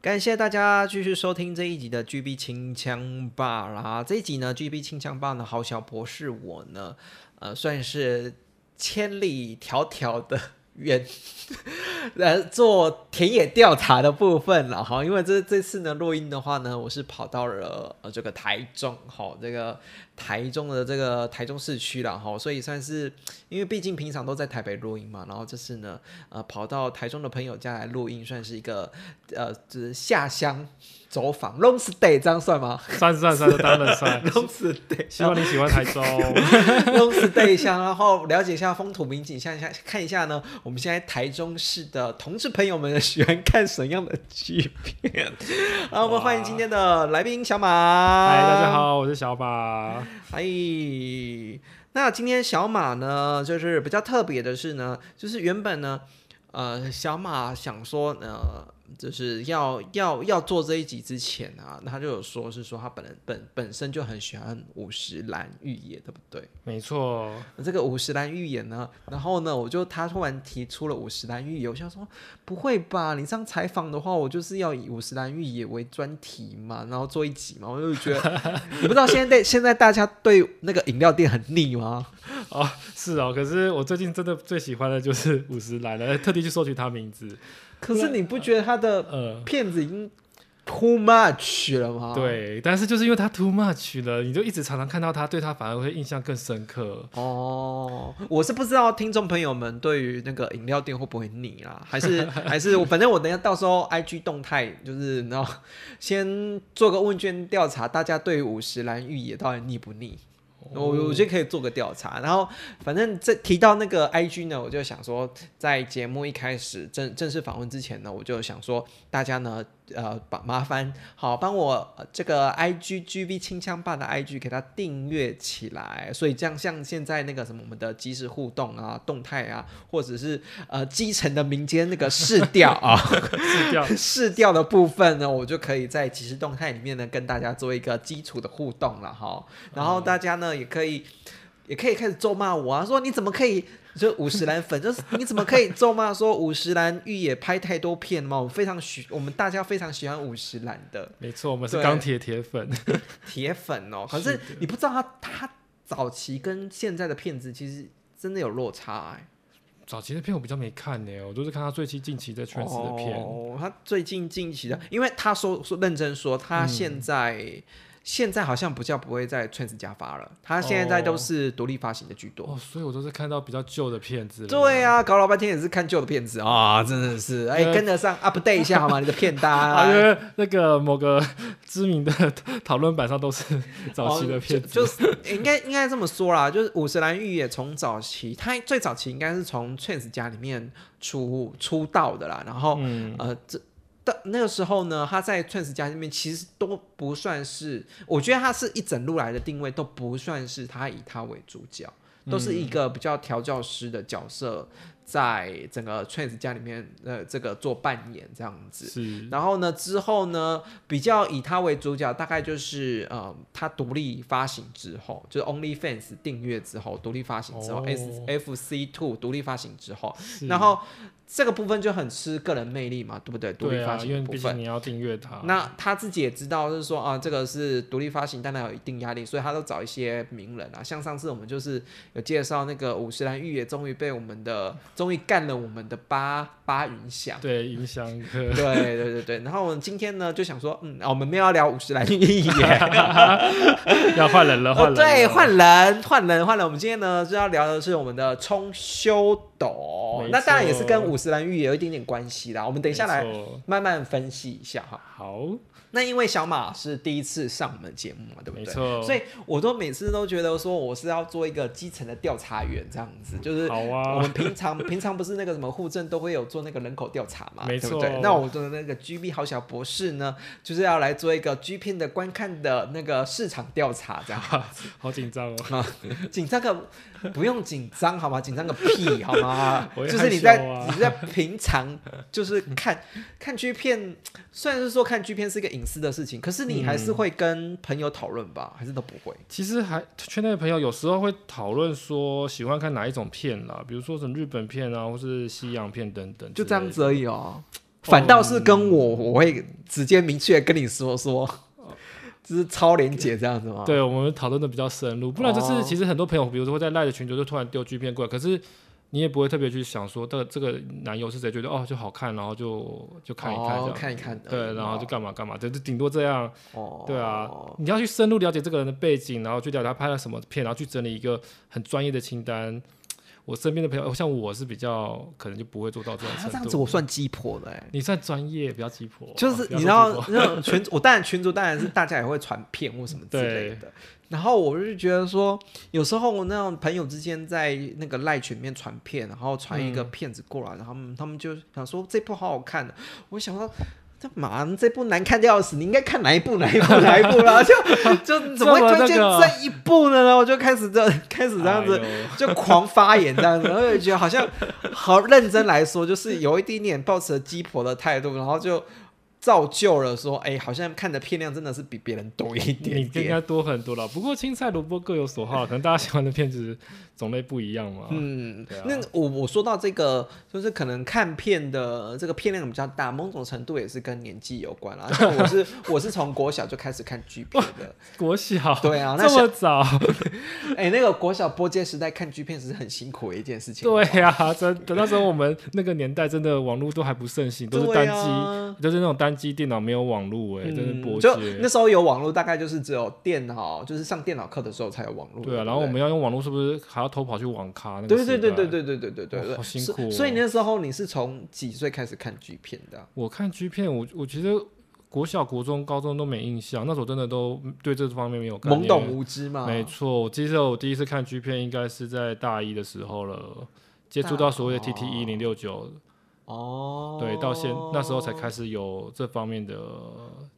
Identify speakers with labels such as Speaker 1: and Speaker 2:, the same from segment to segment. Speaker 1: 感谢大家继续收听这一集的 GB 清枪吧啦！这一集呢，GB 清枪吧呢，好小博士我呢，呃，算是千里迢迢的远， 来做田野调查的部分了哈。因为这这次呢录音的话呢，我是跑到了呃这个台中哈，这个台中的这个台中市区了哈，所以算是因为毕竟平常都在台北录音嘛，然后这次呢呃跑到台中的朋友家来录音，算是一个。呃，就是下乡走访 long stay，这样算吗
Speaker 2: 算算算，当 然算。
Speaker 1: ？long stay，
Speaker 2: 希望你喜欢台 州。
Speaker 1: long stay 一下，然后了解一下风土民情，像一下看一下呢，我们现在台中市的同志朋友们喜欢看什么样的剧片？好，我们欢迎今天的来宾小马。
Speaker 2: 嗨，大家。好，我是小马。
Speaker 1: 嗨，哎那今天小马呢，就是比较特别的是呢，就是原本呢，呃，小马想说，呃，就是要要要做这一集之前啊，他就有说是说他本人本本身就很喜欢五十岚预言，对不对？
Speaker 2: 没错，
Speaker 1: 那这个五十岚预言呢，然后呢，我就他突然提出了五十岚预言，我想说不会吧？你这样采访的话，我就是要以五十岚预言为专题嘛，然后做一集嘛，我就觉得你不知道现在现在大家对那个饮料店很腻吗？
Speaker 2: 是哦。可是我最近真的最喜欢的就是 五十岚了，特地去搜取他名字。
Speaker 1: 可是你不觉得他的
Speaker 2: 呃，
Speaker 1: 骗子已经 too much 了吗？，
Speaker 2: 对，但是就是因为他 too much 了，你就一直常常看到他，对他反而会印象更深 刻。
Speaker 1: 哦，我是不知道听众朋友们对于那个饮料店会不会腻啦，还是 还是我反正我等一下到时候 I G 动态就是然后先做个问卷调查，大家对于五十岚玉野到底腻不腻？我我觉得可以做个调查，然后反正这提到那个 I G 呢，我就想说，在节目一开始正正式访问之前呢，我就想说，大家呢，呃，把麻烦好帮我、呃这个 I G G V 清枪霸的 I G 给它订阅起来，所以这样像现在那个什么我们的即时互动啊、动态啊，或者是呃基层的民间那个 试调啊，
Speaker 2: 是掉
Speaker 1: 试调的部分呢，我就可以在即时动态里面呢跟大家做一个基础的互动了哈。然后大家呢也可以，也可以开始咒骂我啊，说你怎么可以就五十岚粉，就是你怎么可以咒骂说五十岚玉也拍太多片嘛？我们非常喜，我们大家非常喜欢五十岚的
Speaker 2: 没错，我们是
Speaker 1: 对
Speaker 2: 钢铁铁粉。
Speaker 1: 铁粉哦。可是你不知道他他早期跟现在的片子其实真的有落差哎、
Speaker 2: 早期的片我比较没看呢，我都是看他最近近期在圈子的片。
Speaker 1: 哦，他最近近期的，因为他说说认真说，他现在、现在好像不叫不会在 Trans 加发了，他现在都是独立发行的居多。
Speaker 2: 哦，所以我都是看到比较旧的片子了。
Speaker 1: 对啊，搞老半天也是看旧的片子啊、真的是哎、
Speaker 2: 呃
Speaker 1: 跟得上 update 一下好吗？你的片单、
Speaker 2: 啊，因为那个某个 知名的讨论板上都是早期的片子，
Speaker 1: 哦、就就是应该应该这么说啦，就是五十岚裕也从早期，他最早期应该是从 Trans 家里面出出道的啦，然后、呃这。但那个时候呢，他在 Trans 家里面其实都不算是，我觉得他是一整路来的定位都不算是他以他为主角，都是一个比较调教师的角色，在整个 Trans 家里面呃这个做扮演这样子。
Speaker 2: 是
Speaker 1: 然后呢，之后呢，比较以他为主角，大概就是呃，他独立发行之后，就是 OnlyFans 订阅之后，独立发行之后、
Speaker 2: 哦
Speaker 1: s f c Two 独立发行之后，
Speaker 2: 是
Speaker 1: 然后这个部分就很吃个人魅力嘛，对不对？独
Speaker 2: 对
Speaker 1: 立发
Speaker 2: 啊，
Speaker 1: 行
Speaker 2: 因
Speaker 1: 的
Speaker 2: 为
Speaker 1: 部
Speaker 2: 毕
Speaker 1: 分
Speaker 2: 竟。啊你要订阅它，
Speaker 1: 那他自己也知道，就是说啊，这个是独立发行，当然有一定压力，所以他都找一些名人啊，像上次我们就是有介绍那个五十岚裕也，终于被我们的，终于干了我们的八八云翔。
Speaker 2: 对影响呃 个
Speaker 1: 对对对对，然后我们今天呢就想说，嗯，啊我们没有要聊五十来亿 耶，
Speaker 2: 要换人了，
Speaker 1: 哦
Speaker 2: 换人了，
Speaker 1: 对，换人换人换人，我们今天呢就要聊的是我们的冲修斗，哦
Speaker 2: 没，
Speaker 1: 那当然也是跟
Speaker 2: 错
Speaker 1: 五十岚玉也有一点点关系啦。我们等一下来
Speaker 2: 没错
Speaker 1: 慢慢分析一下哈。
Speaker 2: 好，
Speaker 1: 那因为小马是第一次上我们节目嘛，对不
Speaker 2: 没
Speaker 1: 对？
Speaker 2: 错，
Speaker 1: 所以我都每次都觉得说我是要做一个基层的调查员这样子，就是
Speaker 2: 好
Speaker 1: 我
Speaker 2: 啊，
Speaker 1: 们平常平常不是那个什么户政都会有做那个人口调查嘛，
Speaker 2: 没
Speaker 1: 对不
Speaker 2: 错
Speaker 1: 对？那我的那个 GB 好小博士呢，就是要来做一个 G 片的观看的那个市场调查， 这样
Speaker 2: 好紧张哦，
Speaker 1: 紧张个不用紧张好吗？紧张个屁好吗
Speaker 2: ？我也
Speaker 1: 就
Speaker 2: 害
Speaker 1: 是你
Speaker 2: 羞
Speaker 1: 在、
Speaker 2: 啊
Speaker 1: 你在平常就是看 看 G 片，虽然是说看 G 片是一个隐私的事情，可是你还
Speaker 2: 嗯
Speaker 1: 是会跟朋友讨论吧，还是都不会？
Speaker 2: 其实还圈内的朋友有时候会讨论说喜欢看哪一种片啦，比如说什么日本片啊，或是西洋片等等，
Speaker 1: 就这样。子而已哦。反倒是跟我，我会直接明确地跟你说说，
Speaker 2: 哦
Speaker 1: 就是超连结这样子吗？
Speaker 2: 对，我们讨论的比较深入，不然就是
Speaker 1: 啊哦
Speaker 2: 其实很多朋友，比如说会在赖的群组就突然丢剧片过来，可是你也不会特别去想说这个这个男优是谁，觉得哦就好看，然后就就看一看这
Speaker 1: 哦
Speaker 2: 样，
Speaker 1: 看一看，
Speaker 2: 对，然后就干嘛干嘛，对，就顶多这样。
Speaker 1: 哦，
Speaker 2: 对啊，你要去深入了解这个人的背景，然后去了解他拍了什么片，然后去整理一个很专业的清单。我身边的朋友，像我是比较可能就不会做到这种
Speaker 1: 啊，
Speaker 2: 程
Speaker 1: 这样
Speaker 2: 度。
Speaker 1: 子我算鸡婆的哎。
Speaker 2: 你算专业，不要鸡婆。啊
Speaker 1: 就是
Speaker 2: 不要
Speaker 1: 你知
Speaker 2: 说鸡
Speaker 1: 道
Speaker 2: 婆，
Speaker 1: 那种群，我当然群主当然是大家也会传片或什么之类的。然后我就觉得说，有时候那种朋友之间在那个赖群里面传片，然后传一个
Speaker 2: 嗯
Speaker 1: 片子过来，然后他们他们就想说这部好好看的，我想说。干嘛？这部难看的要死！你应该看哪一部？哪一部？哪一部啦？ 就就怎么会
Speaker 2: 这么
Speaker 1: 推荐
Speaker 2: 那个
Speaker 1: 这一部呢？然后我就开始这开始这样子，
Speaker 2: 哎呦
Speaker 1: 就狂发言这样子，然后就觉得好像好认真来说，就是有一点点抱持着鸡婆的态度，然后就造就了说，哎、好像看的片量真的是比别人多一
Speaker 2: 你
Speaker 1: 点
Speaker 2: 应
Speaker 1: 点。
Speaker 2: 该多很多了。不过青菜萝卜各有 所好，啊可能大家喜欢的片子种类不一样嘛。
Speaker 1: 嗯
Speaker 2: 对啊，
Speaker 1: 那我我说到这个，就是可能看片的这个片量比较大，某种程度也是跟年纪有关啦。像我 是我是从国小就开始看 G 片的，
Speaker 2: 国小
Speaker 1: 对啊那
Speaker 2: 这 么早，
Speaker 1: 哎、那个国小播街时代看 G 片是很辛苦的一件事情。
Speaker 2: 对啊，真等那时候我们那个年代，真的网络都还不盛行，都是
Speaker 1: 对
Speaker 2: 单机，
Speaker 1: 啊
Speaker 2: 就是那种单机电脑没有网络，哎，真是
Speaker 1: 嗯，
Speaker 2: 波
Speaker 1: 就
Speaker 2: 接。
Speaker 1: 那时候有网络，大概就是只有电脑，就是上电脑课的时候才有网络。
Speaker 2: 对啊，
Speaker 1: 不
Speaker 2: 然后我们要用网络，是不是还要偷跑去网咖那个？啊
Speaker 1: 对对对对。对对对对对对，
Speaker 2: 哇好辛苦哦
Speaker 1: 所所以那时候你是从几岁开始看 G 片的啊？
Speaker 2: 我看 G 片，我我其实国小、国中、高中都没印象，那时候真的都对这方面没有概念
Speaker 1: 懵懂。无知嘛。
Speaker 2: 没错，我记得我第一次看 G 片应该是在大一的时候了，接触到所谓的
Speaker 1: 大
Speaker 2: TT 一零六九，
Speaker 1: 哦，
Speaker 2: 对，到现那时候才开始有这方面的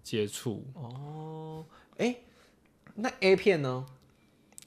Speaker 2: 接触。
Speaker 1: 哦，哎，那 A 片呢？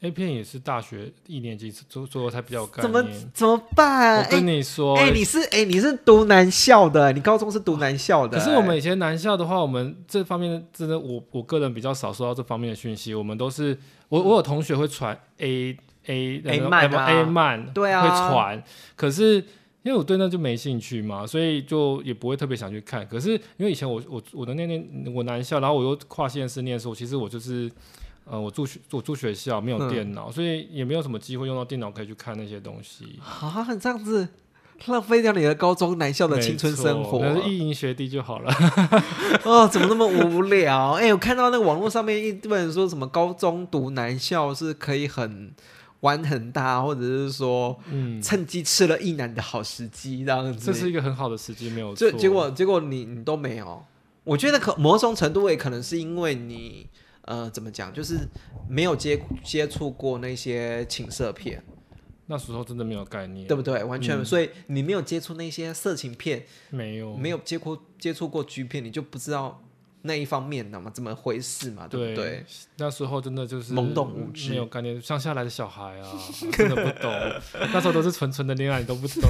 Speaker 2: A 片也是大学一年级之之后才比较有概
Speaker 1: 怎么
Speaker 2: 念。
Speaker 1: 怎么办？
Speaker 2: 我
Speaker 1: 哎
Speaker 2: 跟你说，欸
Speaker 1: 哎，你是哎你是读男校的，欸你高中是读男校的。欸
Speaker 2: 可是我们以前南校的话，我们这方面真的我我个人比较少收到这方面的讯息，我们都是我我有同学会传 A A
Speaker 1: 嗯 A
Speaker 2: 呃
Speaker 1: 漫啊
Speaker 2: A 漫
Speaker 1: 对啊
Speaker 2: 会传，可是。因为我对那就没兴趣嘛，所以就也不会特别想去看。可是因为以前我我我的那年我南校，然后我又跨县市念书，其实我就是呃我住学我住学校没有
Speaker 1: 嗯
Speaker 2: 电脑，所以也没有什么机会用到电脑可以去看那些东西。
Speaker 1: 啊，这样子浪费掉你的高中男校的青春生活
Speaker 2: 没
Speaker 1: 啊
Speaker 2: 错那是。意淫学弟就好了。
Speaker 1: 哦，怎么那么无聊？哎、我看到那个网络上面一堆人说什么高中读男校是可以很玩很大，或者是说
Speaker 2: 嗯，
Speaker 1: 趁机吃了一男的好时机这样子。
Speaker 2: 这是一个很好的时机，没有
Speaker 1: 就
Speaker 2: 错。
Speaker 1: 结果结果你你都没有，我觉得可某种程度也可能是因为你呃怎么讲，就是没有接接触过那些情色片，
Speaker 2: 那时候真的没有概念，
Speaker 1: 对不对？完
Speaker 2: 嗯
Speaker 1: 全，所以你没有接触那些色情片，
Speaker 2: 没有，
Speaker 1: 没有接触接触过 G 片，你就不知道那一方面的嘛，怎么回事嘛，对不对？
Speaker 2: 那时候真的就是
Speaker 1: 懵懂无知
Speaker 2: 没有概念。乡下来的小 孩啊，真的不懂，那时候都是纯纯的恋爱，你都不懂。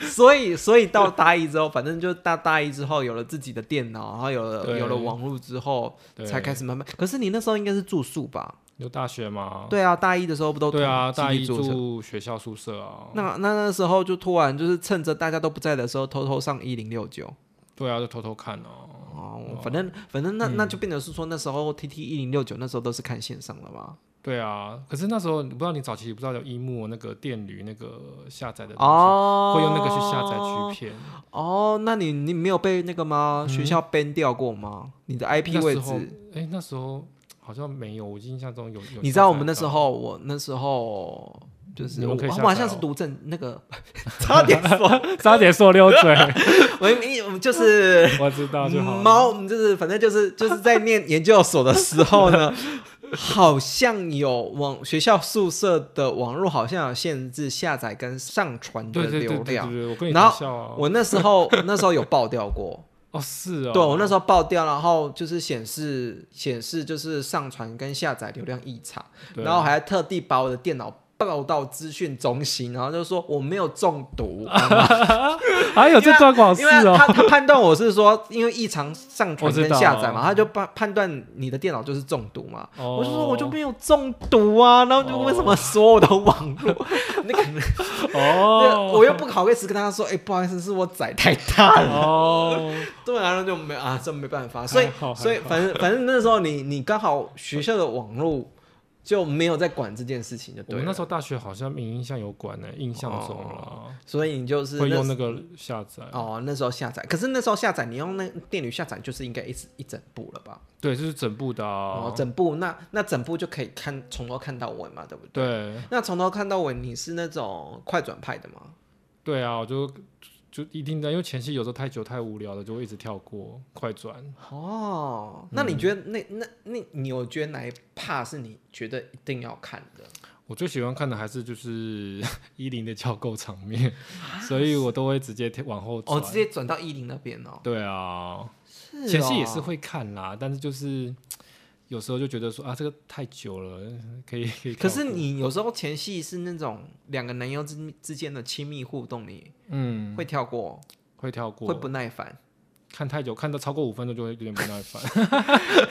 Speaker 1: 所以，所以到大一之后，反正就大大一之后有了自己的电脑，然后有了
Speaker 2: 对
Speaker 1: 有了网络之后，
Speaker 2: 对，
Speaker 1: 才开始慢慢。可是你那时候应该是住宿吧？
Speaker 2: 啊 有大学嘛？
Speaker 1: 对啊，大一的时候不都
Speaker 2: 哦对啊，
Speaker 1: 集体
Speaker 2: 大一
Speaker 1: 宿舍
Speaker 2: 住学校宿舍啊。
Speaker 1: 那那那时候就突然就是趁着大家都不在的时候，偷偷上一零六九
Speaker 2: 对啊，就偷偷看哦。嗯
Speaker 1: 哦，反正反正那、那就变成是说那时候 T T 一零六九那时候都是看线上的嘛。
Speaker 2: 对啊，可是那时候不知道你早期不知道有一幕那个电驴那个下载的东西，
Speaker 1: 哦，
Speaker 2: 会用那个去下载 G 片。
Speaker 1: 哦，那你你没有被那个吗？学校 ban 掉过吗？你的 IP
Speaker 2: 嗯那
Speaker 1: 位
Speaker 2: 时候
Speaker 1: 置？，
Speaker 2: 哎，那时候好像没有，我印象中有。有
Speaker 1: 你知道我们
Speaker 2: 下载
Speaker 1: 那时
Speaker 2: 到
Speaker 1: 候，我那时候就是
Speaker 2: 你
Speaker 1: 我
Speaker 2: 们可以
Speaker 1: 我
Speaker 2: 下载
Speaker 1: 好像
Speaker 2: 哦
Speaker 1: 是读政那个， 差点说，
Speaker 2: 差点说溜嘴，
Speaker 1: 我一我们就是
Speaker 2: 我知道就好了。
Speaker 1: 猫，就是反正就是就是在念研究所的时候 呢，好像有网学校宿舍的网络好像有限制下载跟上传的
Speaker 2: 对对对
Speaker 1: 流
Speaker 2: 对对
Speaker 1: 量。
Speaker 2: 对，我跟你
Speaker 1: 然后
Speaker 2: 笑啊。
Speaker 1: 我那时候那时候有爆掉过，
Speaker 2: 哦，是哦，
Speaker 1: 对我那时候爆掉，然后就是显示显示就是上传跟下载流量异常，
Speaker 2: 对啊
Speaker 1: 然后还特地把我的电脑报到资讯中心，然后就说我没有中 毒，好吗
Speaker 2: 还有这段广式
Speaker 1: 因为
Speaker 2: 哦，
Speaker 1: 他他判断我是说，因为异常上传
Speaker 2: 我知
Speaker 1: 跟
Speaker 2: 道
Speaker 1: 下载嘛，他就判判断你的电脑就是中毒嘛。我就说我就
Speaker 2: 哦
Speaker 1: 没有中毒啊，然后就为什么所有的网络， 那个那个
Speaker 2: 哦，
Speaker 1: 我又不好意思跟他说，哎，不好意思，是我载太大了。
Speaker 2: 哦，
Speaker 1: 对啊，然后就没啊，这没办法，所以
Speaker 2: 还好
Speaker 1: 所以
Speaker 2: 还好
Speaker 1: 反正反正那时候你你刚好学校的网络就没有在管这件事情，就
Speaker 2: 我
Speaker 1: 对啊
Speaker 2: 们那
Speaker 1: 了
Speaker 2: 时。候大学好像明印象有管呢，印象中了，
Speaker 1: 所以你哦就是
Speaker 2: 会
Speaker 1: 那
Speaker 2: 用
Speaker 1: 时
Speaker 2: 那个下载，
Speaker 1: 哦，那时候下载，可是那时候下载，你用那电驴下载，就是应该一一整部了吧？
Speaker 2: 对，就是整部的
Speaker 1: 哦
Speaker 2: 啊，，
Speaker 1: 整部那那整部就可以看从头看到尾嘛，对不对？
Speaker 2: 对
Speaker 1: 那从头看到尾，你是那种快转派的吗？
Speaker 2: 对啊，我就就一定的，因为前期有时候太久太无聊了，就会一直跳过快转。
Speaker 1: 哦，那
Speaker 2: 嗯
Speaker 1: 你觉得那、那那你有觉得哪一 part 是你觉得一定要看的？
Speaker 2: 我最喜欢看的还是就是 一零的校购场面，所以我都会直接跳往后
Speaker 1: 啊哦，
Speaker 2: 转。
Speaker 1: 直接转到一零那边哦。
Speaker 2: 对啊，
Speaker 1: 是哦
Speaker 2: 前期也是会看啦，但是就是有时候就觉得说啊，这个太久了，可以可以跳过。
Speaker 1: 可是你有时候前戏是那种两个男优之之间的亲密互动，你
Speaker 2: 嗯，
Speaker 1: 会跳过，
Speaker 2: 会跳过，
Speaker 1: 会不耐烦。
Speaker 2: 看太久，看到超过五分钟就会有点不耐烦。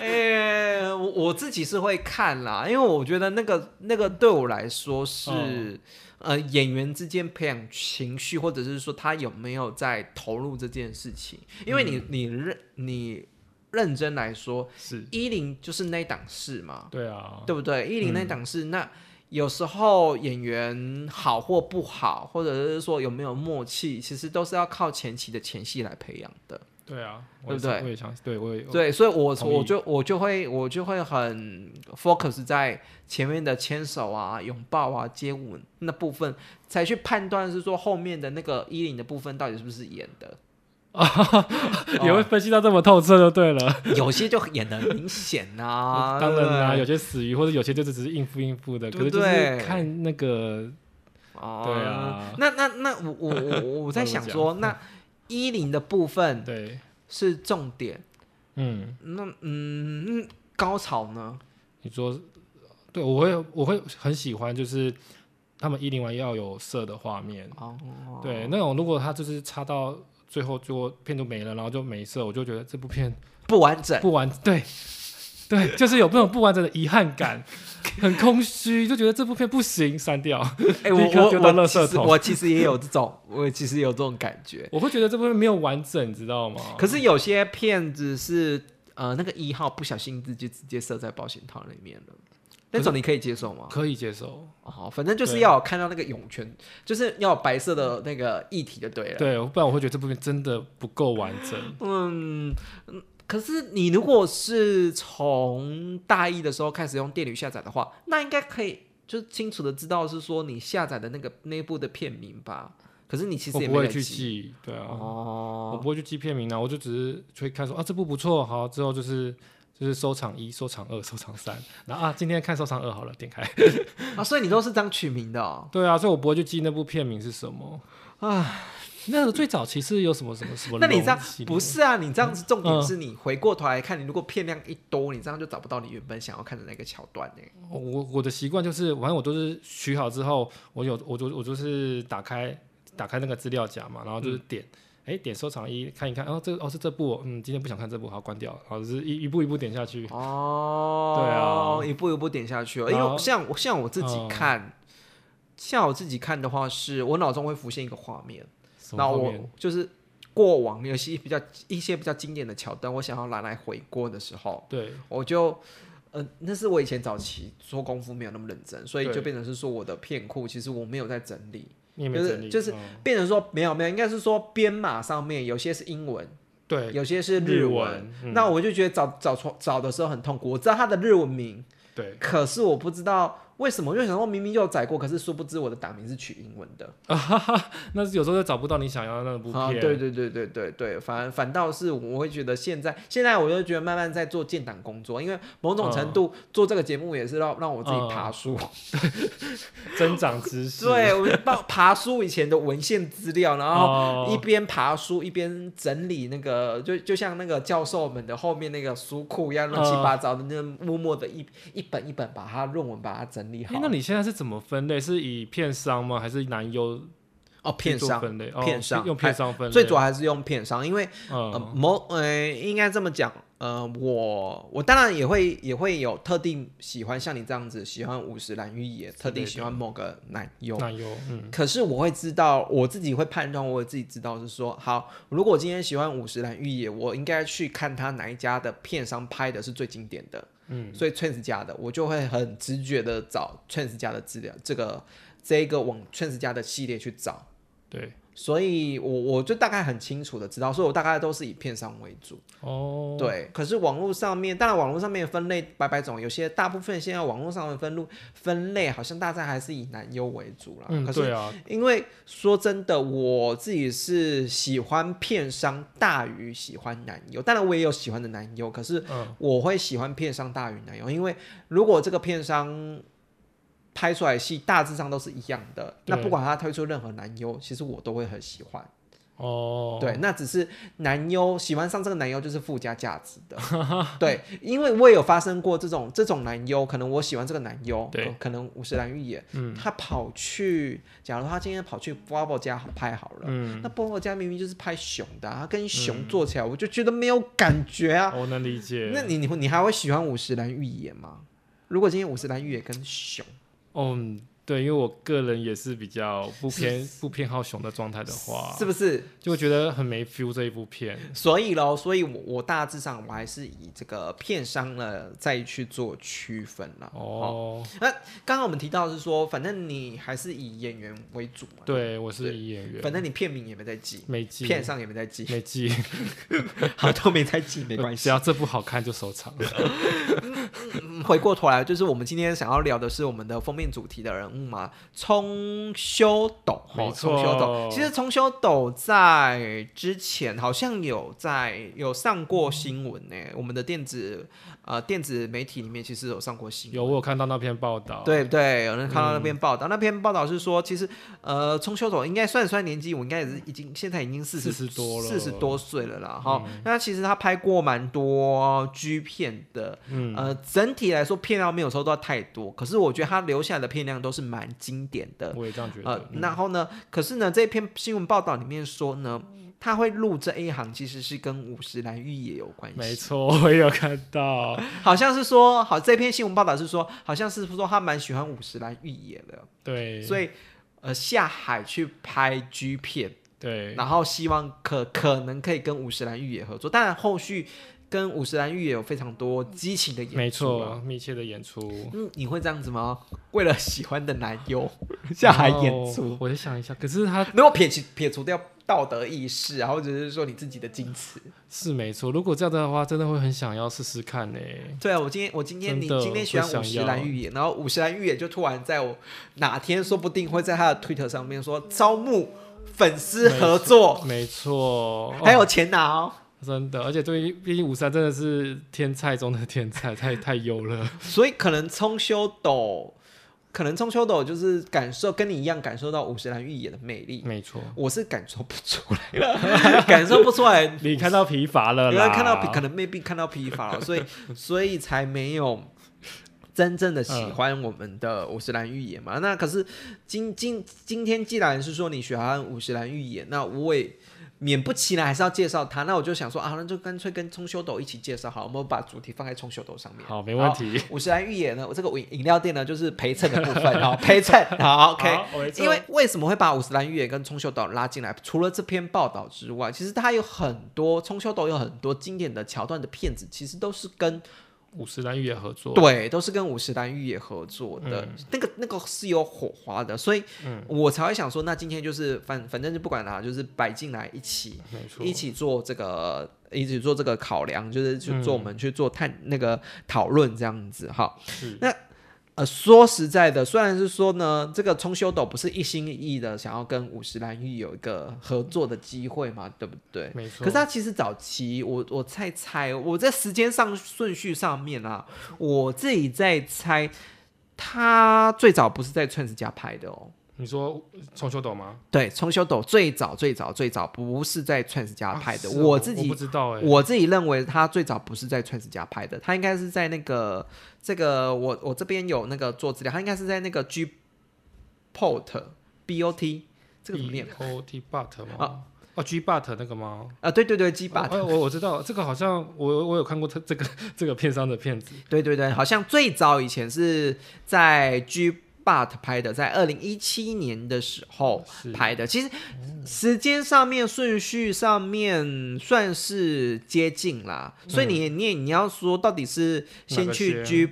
Speaker 1: 哎、我我自己是会看啦，因为我觉得那个那个对我来说是、
Speaker 2: 嗯
Speaker 1: 呃演员之间培养情绪，或者是说他有没有在投入这件事情。因为你、你认你认真来说，
Speaker 2: 是，
Speaker 1: 一零 就是那档事嘛，
Speaker 2: 对啊，
Speaker 1: 对不对？一零那档事，那有时候演员好或不好，或者是说有没有默契，其实都是要靠前期的前戏来培养的。
Speaker 2: 对啊，
Speaker 1: 对
Speaker 2: 我
Speaker 1: 不
Speaker 2: 也
Speaker 1: 对
Speaker 2: 我也想，对我也
Speaker 1: 对，所以我
Speaker 2: 哎同
Speaker 1: 我
Speaker 2: 意
Speaker 1: 就我就会我就会很 focus 在前面的牵手啊、拥抱啊、接吻那部分，才去判断是说后面的那个衣领的部分到底是不是演 的。哦
Speaker 2: 哦也会分析到这么透彻就对了。
Speaker 1: 有些就演的明显啊，
Speaker 2: 当然啦、
Speaker 1: 对
Speaker 2: 有些死鱼或者有些就是只是应付应付的，
Speaker 1: 对
Speaker 2: 可
Speaker 1: 不
Speaker 2: 是就
Speaker 1: 对
Speaker 2: 是看那个
Speaker 1: 不对哦，
Speaker 2: 对啊
Speaker 1: 那那那我我我我我在
Speaker 2: 怎么
Speaker 1: 想
Speaker 2: 讲
Speaker 1: 说，那衣领的部分
Speaker 2: 对，
Speaker 1: 是重点，
Speaker 2: 嗯，
Speaker 1: 那嗯嗯高潮呢？
Speaker 2: 你说对，我会我会很喜欢，就是他们一零完要有色的画面，
Speaker 1: 哦，
Speaker 2: 对那种如果他就是插到最后就片就没了，然后就没色，我就觉得这部片
Speaker 1: 不完 整。
Speaker 2: 不完对。对，就是有那种不完整的遗憾 感，很空虚，就觉得这部片不行，删掉。
Speaker 1: 哎、我
Speaker 2: 立刻
Speaker 1: 我
Speaker 2: 丢到
Speaker 1: 我
Speaker 2: 垃
Speaker 1: 其
Speaker 2: 圾
Speaker 1: 实
Speaker 2: 桶
Speaker 1: 我其实也有这种，我其实也有这种感觉。
Speaker 2: 我会觉得这部片没有完整，你知道吗？
Speaker 1: 可是有些骗子是呃那个一号不小心直接直接射在保险套里面了，那种你可以接受吗？
Speaker 2: 可以接受，
Speaker 1: 哦，反正就是
Speaker 2: 对
Speaker 1: 要有看到那个涌泉，就是要有白色的那个液体就对了。啊
Speaker 2: 对，不然我会觉得这部片真的不够完整。
Speaker 1: 嗯，嗯可是你如果是从大一的时候开始用电驴下载的话，那应该可以就清楚的知道是说你下载的那个内部的片名吧。可是你其实
Speaker 2: 我
Speaker 1: 也
Speaker 2: 不
Speaker 1: 没
Speaker 2: 会
Speaker 1: 有
Speaker 2: 去
Speaker 1: 记
Speaker 2: 记，对啊，
Speaker 1: 哦
Speaker 2: 我不会去记片名啊，我就只是去看说啊这部不错，好之后就是就是收藏一、收藏二、收藏三，然后啊今天看收藏二好了，点开。
Speaker 1: 啊，所以你都是这样取名的哦。
Speaker 2: 对啊，所以我不会去记那部片名是什么啊。那个最早其实有什么什么什么
Speaker 1: 那
Speaker 2: 龙
Speaker 1: 你
Speaker 2: 系列？
Speaker 1: 这样不是啊？你这样子重点
Speaker 2: 嗯
Speaker 1: 是你回过头来看，你如果片量一多，你这样就找不到你原本想要看的那个桥段欸呢、
Speaker 2: 我我的习惯就是，反正我都是取好之后，我有我就我就是打开打开那个资料夹嘛，然后就是点，哎、点收藏一看一看，哦这哦是这部哦，嗯今天不想看这部，好关掉，然后就是一一步一步点下去。
Speaker 1: 哦，
Speaker 2: 对啊
Speaker 1: 一步一步点下去哦了。因
Speaker 2: 然
Speaker 1: 为
Speaker 2: 后
Speaker 1: 像我像我自己
Speaker 2: 嗯
Speaker 1: 看，像我自己看的话是，我脑中会浮现一个画面，
Speaker 2: 什么
Speaker 1: 那
Speaker 2: 后
Speaker 1: 我
Speaker 2: 面
Speaker 1: 就是过往有些比较一些比较经典的桥段，我想要拿来回锅的时候，
Speaker 2: 对
Speaker 1: 我就，呃，那是我以前早期做功夫没有那么认真，所以
Speaker 2: 对
Speaker 1: 就变成是说我的片库其实我没有在整理，
Speaker 2: 你也没
Speaker 1: 就是
Speaker 2: 整理，
Speaker 1: 就是
Speaker 2: 嗯
Speaker 1: 变成说没有没有，应该是说编码上面有些是英文，
Speaker 2: 对
Speaker 1: 有些是
Speaker 2: 日
Speaker 1: 日
Speaker 2: 文嗯
Speaker 1: 那我就觉得找找错找的时候很痛苦。我知道它的日文名，
Speaker 2: 对
Speaker 1: 可是我不知道为什么？因为想说明明就有载过，可是殊不知我的打名是取英文的。
Speaker 2: 那是有时候就找不到你想要的那部片。
Speaker 1: 啊，对对对对对对，反反倒是我会觉得现在现在我就觉得慢慢在做建档工作，因为某种程度、
Speaker 2: 嗯
Speaker 1: 做这个节目也是让让我自己爬书，
Speaker 2: 增长知识。
Speaker 1: 对我爬爬书以前的文献资料，然后一
Speaker 2: 哦，
Speaker 1: 边爬书一边整理那个，就就像那个教授们的后面那个书库一样乱七八
Speaker 2: 嗯
Speaker 1: 糟的，那默默的一一本一本把它论文把它整理好。
Speaker 2: 哎，那你现在是怎么分类？是以片商吗？还是男优
Speaker 1: 哦，片
Speaker 2: 去做
Speaker 1: 商
Speaker 2: 分类？哦
Speaker 1: 片商哎
Speaker 2: 用片商分类。
Speaker 1: 最主要还是用片商，因为呃
Speaker 2: 嗯
Speaker 1: 某呃应该这么讲，呃我我当然也会也会有特定喜欢像你这样子喜欢五十岚裕也，特定喜欢某个男优，
Speaker 2: 男优，嗯
Speaker 1: 可是我会知道，我自己会判断，我自己知道是说，好，如果我今天喜欢五十岚裕也，我应该去看他哪一家的片商拍的是最经典的，
Speaker 2: 嗯，
Speaker 1: 所以 Trans 家的，我就会很直觉的找 Trans 家的资料，这个这一个往 Trans 家的系列去找，
Speaker 2: 对。
Speaker 1: 所以我我就大概很清楚的知道，所以我大概都是以片商为主。
Speaker 2: 哦，
Speaker 1: 对，可是网络上面，当然网络上面分类百百种，有些大部分现在网络上的分路分类，好像大家还是以男优为主啦。
Speaker 2: 嗯，
Speaker 1: 可是
Speaker 2: 对啊，
Speaker 1: 因为说真的，我自己是喜欢片商大于喜欢男优，当然我也有喜欢的男优，可是
Speaker 2: 嗯
Speaker 1: 我会喜欢片商大于男优，因为如果这个片商拍出来的戏大致上都是一样的，那
Speaker 2: 对
Speaker 1: 不管他推出任何男优，其实我都会很喜欢。
Speaker 2: 哦，
Speaker 1: 对，那只是男优喜欢上这个男优就是附加价值的， 对，因为我也有发生过这种这种男优，可能我喜欢这个男优，
Speaker 2: 对
Speaker 1: 呃可能五十岚裕也，
Speaker 2: 嗯
Speaker 1: 他跑去，假如他今天跑去 Bobo 家拍好了，
Speaker 2: 嗯，
Speaker 1: 那 Bobo 家明明就是拍熊的、啊，他跟熊做起来，我就觉得没有感觉啊，
Speaker 2: 我能理解。
Speaker 1: 那你你会你还会喜欢五十岚裕也吗？如果今天五十岚裕也跟熊，
Speaker 2: 哦，嗯对，因为我个人也是比较不偏不偏好熊的状态的话，
Speaker 1: 是不是？
Speaker 2: 就会觉得很没 feel 这一部片。
Speaker 1: 所以喽，所以我我大致上我还是以这个片商呢再去做区分了。好，
Speaker 2: 哦，
Speaker 1: 刚刚我们提到的是说，反正你还是以演员为主嘛，
Speaker 2: 对，我是以演员，
Speaker 1: 反正你片名也没在记，
Speaker 2: 没记，
Speaker 1: 片上也没在记，
Speaker 2: 没记，
Speaker 1: 好都没在记，没关系
Speaker 2: 只。要这部好看就收藏。
Speaker 1: 嗯回过头来，就是我们今天想要聊的是我们的封面主题的人物嘛，冲修斗，哦
Speaker 2: 没错
Speaker 1: 冲修斗。其实冲修斗在之前好像有在有上过新闻呢、我们的电子呃电子媒体里面其实有上过新闻。
Speaker 2: 有，我有看到那篇报道。
Speaker 1: 对对，有人看到那篇报道，那篇报道是说，其实呃，冲修斗应该算算年纪，我应该也是已经现在已经四
Speaker 2: 40多了嗯
Speaker 1: 四十多岁了啦。哈、那其实他拍过蛮多 G 片的，
Speaker 2: 嗯
Speaker 1: 呃，整体来说片量没有收到太多，可是我觉得他留下来的片量都是蛮经典的。
Speaker 2: 我也这样觉
Speaker 1: 呃
Speaker 2: 得，。嗯
Speaker 1: 然后呢，可是呢，这篇新闻报道里面说呢，他会录这一行其实是跟五十岚裕也有关系。
Speaker 2: 没错，我也有看到。
Speaker 1: 好像是说，好这篇新闻报道是说，好像是说他蛮喜欢五十岚裕也的，
Speaker 2: 对，
Speaker 1: 所以呃下海去拍 G 片，
Speaker 2: 对，
Speaker 1: 然后希望可可能可以跟五十岚裕也合作，当然后续跟五十岚裕也有非常多激情的演出、啊
Speaker 2: 没错，，密切的演出。
Speaker 1: 嗯，你会这样子吗？为了喜欢的男 优下海演
Speaker 2: 然后
Speaker 1: 出，
Speaker 2: 我就想一下，可是哦他
Speaker 1: 如果撇去撇除掉道德意识啊，或者是说你自己的矜持，
Speaker 2: 是没错，如果这样的话，真的会很想要试试看欸呢。
Speaker 1: 对啊，我今天我今天你
Speaker 2: 真的
Speaker 1: 今天喜欢
Speaker 2: 会想
Speaker 1: 五十
Speaker 2: 要
Speaker 1: 岚裕也，然后五十岚裕也就突然在我哪天说不定会在他的推特上面说招募粉丝合作，
Speaker 2: 没错，
Speaker 1: 还有钱拿哦。
Speaker 2: 真的，而且对于毕竟五三真的是天菜中的天菜，太太 优了。
Speaker 1: 所以可能冲修斗，可能冲修斗就是感受跟你一样感受到五十岚裕也的魅力，
Speaker 2: 没错，
Speaker 1: 我是感受不出来了，感受不出来，
Speaker 2: 你看到疲乏了
Speaker 1: 因为
Speaker 2: 呃啦，
Speaker 1: 看到疲可能 maybe 看到疲乏了，所以所以才没有。真正的喜欢我们的五十岚预言嘛？那可是今今今天既然是说你喜欢五十岚预言，那我也免不其然还是要介绍他。那我就想说啊，那就干脆跟冲修斗一起介绍好了，我们把主题放在冲修斗上面。
Speaker 2: 好，没问题。
Speaker 1: 五十岚预言呢，我这个饮饮料店呢，就是陪衬的部分，好陪衬， 好 OK。
Speaker 2: 好没错
Speaker 1: 因为为什么会把五十岚裕也跟冲秀斗拉进来？除了这篇报道之外，其实它有很多冲秀斗有很多经典的桥段的片子，其实都是跟
Speaker 2: 五十岚裕也合作，
Speaker 1: 对，都是跟五十岚裕也合作的。
Speaker 2: 嗯
Speaker 1: 那个那个是有火花的，所以我才会想说，那今天就是反反正就不管啦，就是摆进来一起
Speaker 2: 没错
Speaker 1: 一，起做这个，一起做这个
Speaker 2: 嗯
Speaker 1: 考量，就是去做我们去做探、那个讨论这样子哈。
Speaker 2: 是
Speaker 1: 那呃，说实在的，虽然是说呢，这个冲修斗不是一心一意的想要跟五十岚玉有一个合作的机会嘛，对不对？
Speaker 2: 没
Speaker 1: 可
Speaker 2: 错
Speaker 1: 是。他其实早期，我我在猜，我在时间上顺序上面啊，我自己在猜，他最早不是在 Trans 家拍的哦。
Speaker 2: 你说冲秋斗吗？
Speaker 1: 对，冲修斗最早最早最早不是在 Trans 家拍的，
Speaker 2: 啊是哦
Speaker 1: 我自己
Speaker 2: 不知道哎、
Speaker 1: 我自己认为他最早不是在 Trans 家拍的，他应该是在那个这个我我这边有那个做资料，他应该是在那个 G Pot B O T 这个怎么念
Speaker 2: O T but 吗？啊哦，G but 那个吗？
Speaker 1: 啊？对对对，G
Speaker 2: 哦
Speaker 1: Pot，、
Speaker 2: 哎，我我知道这个好像我我有看过他这个这个片商的片子，
Speaker 1: 对对对，好像最早以前是在 G But 拍的，在二零一七年的时候
Speaker 2: 是
Speaker 1: 拍的。其实时间上面、顺序上面算是接近啦，所以你你也你要说到底是先去
Speaker 2: 嗯哪个先
Speaker 1: G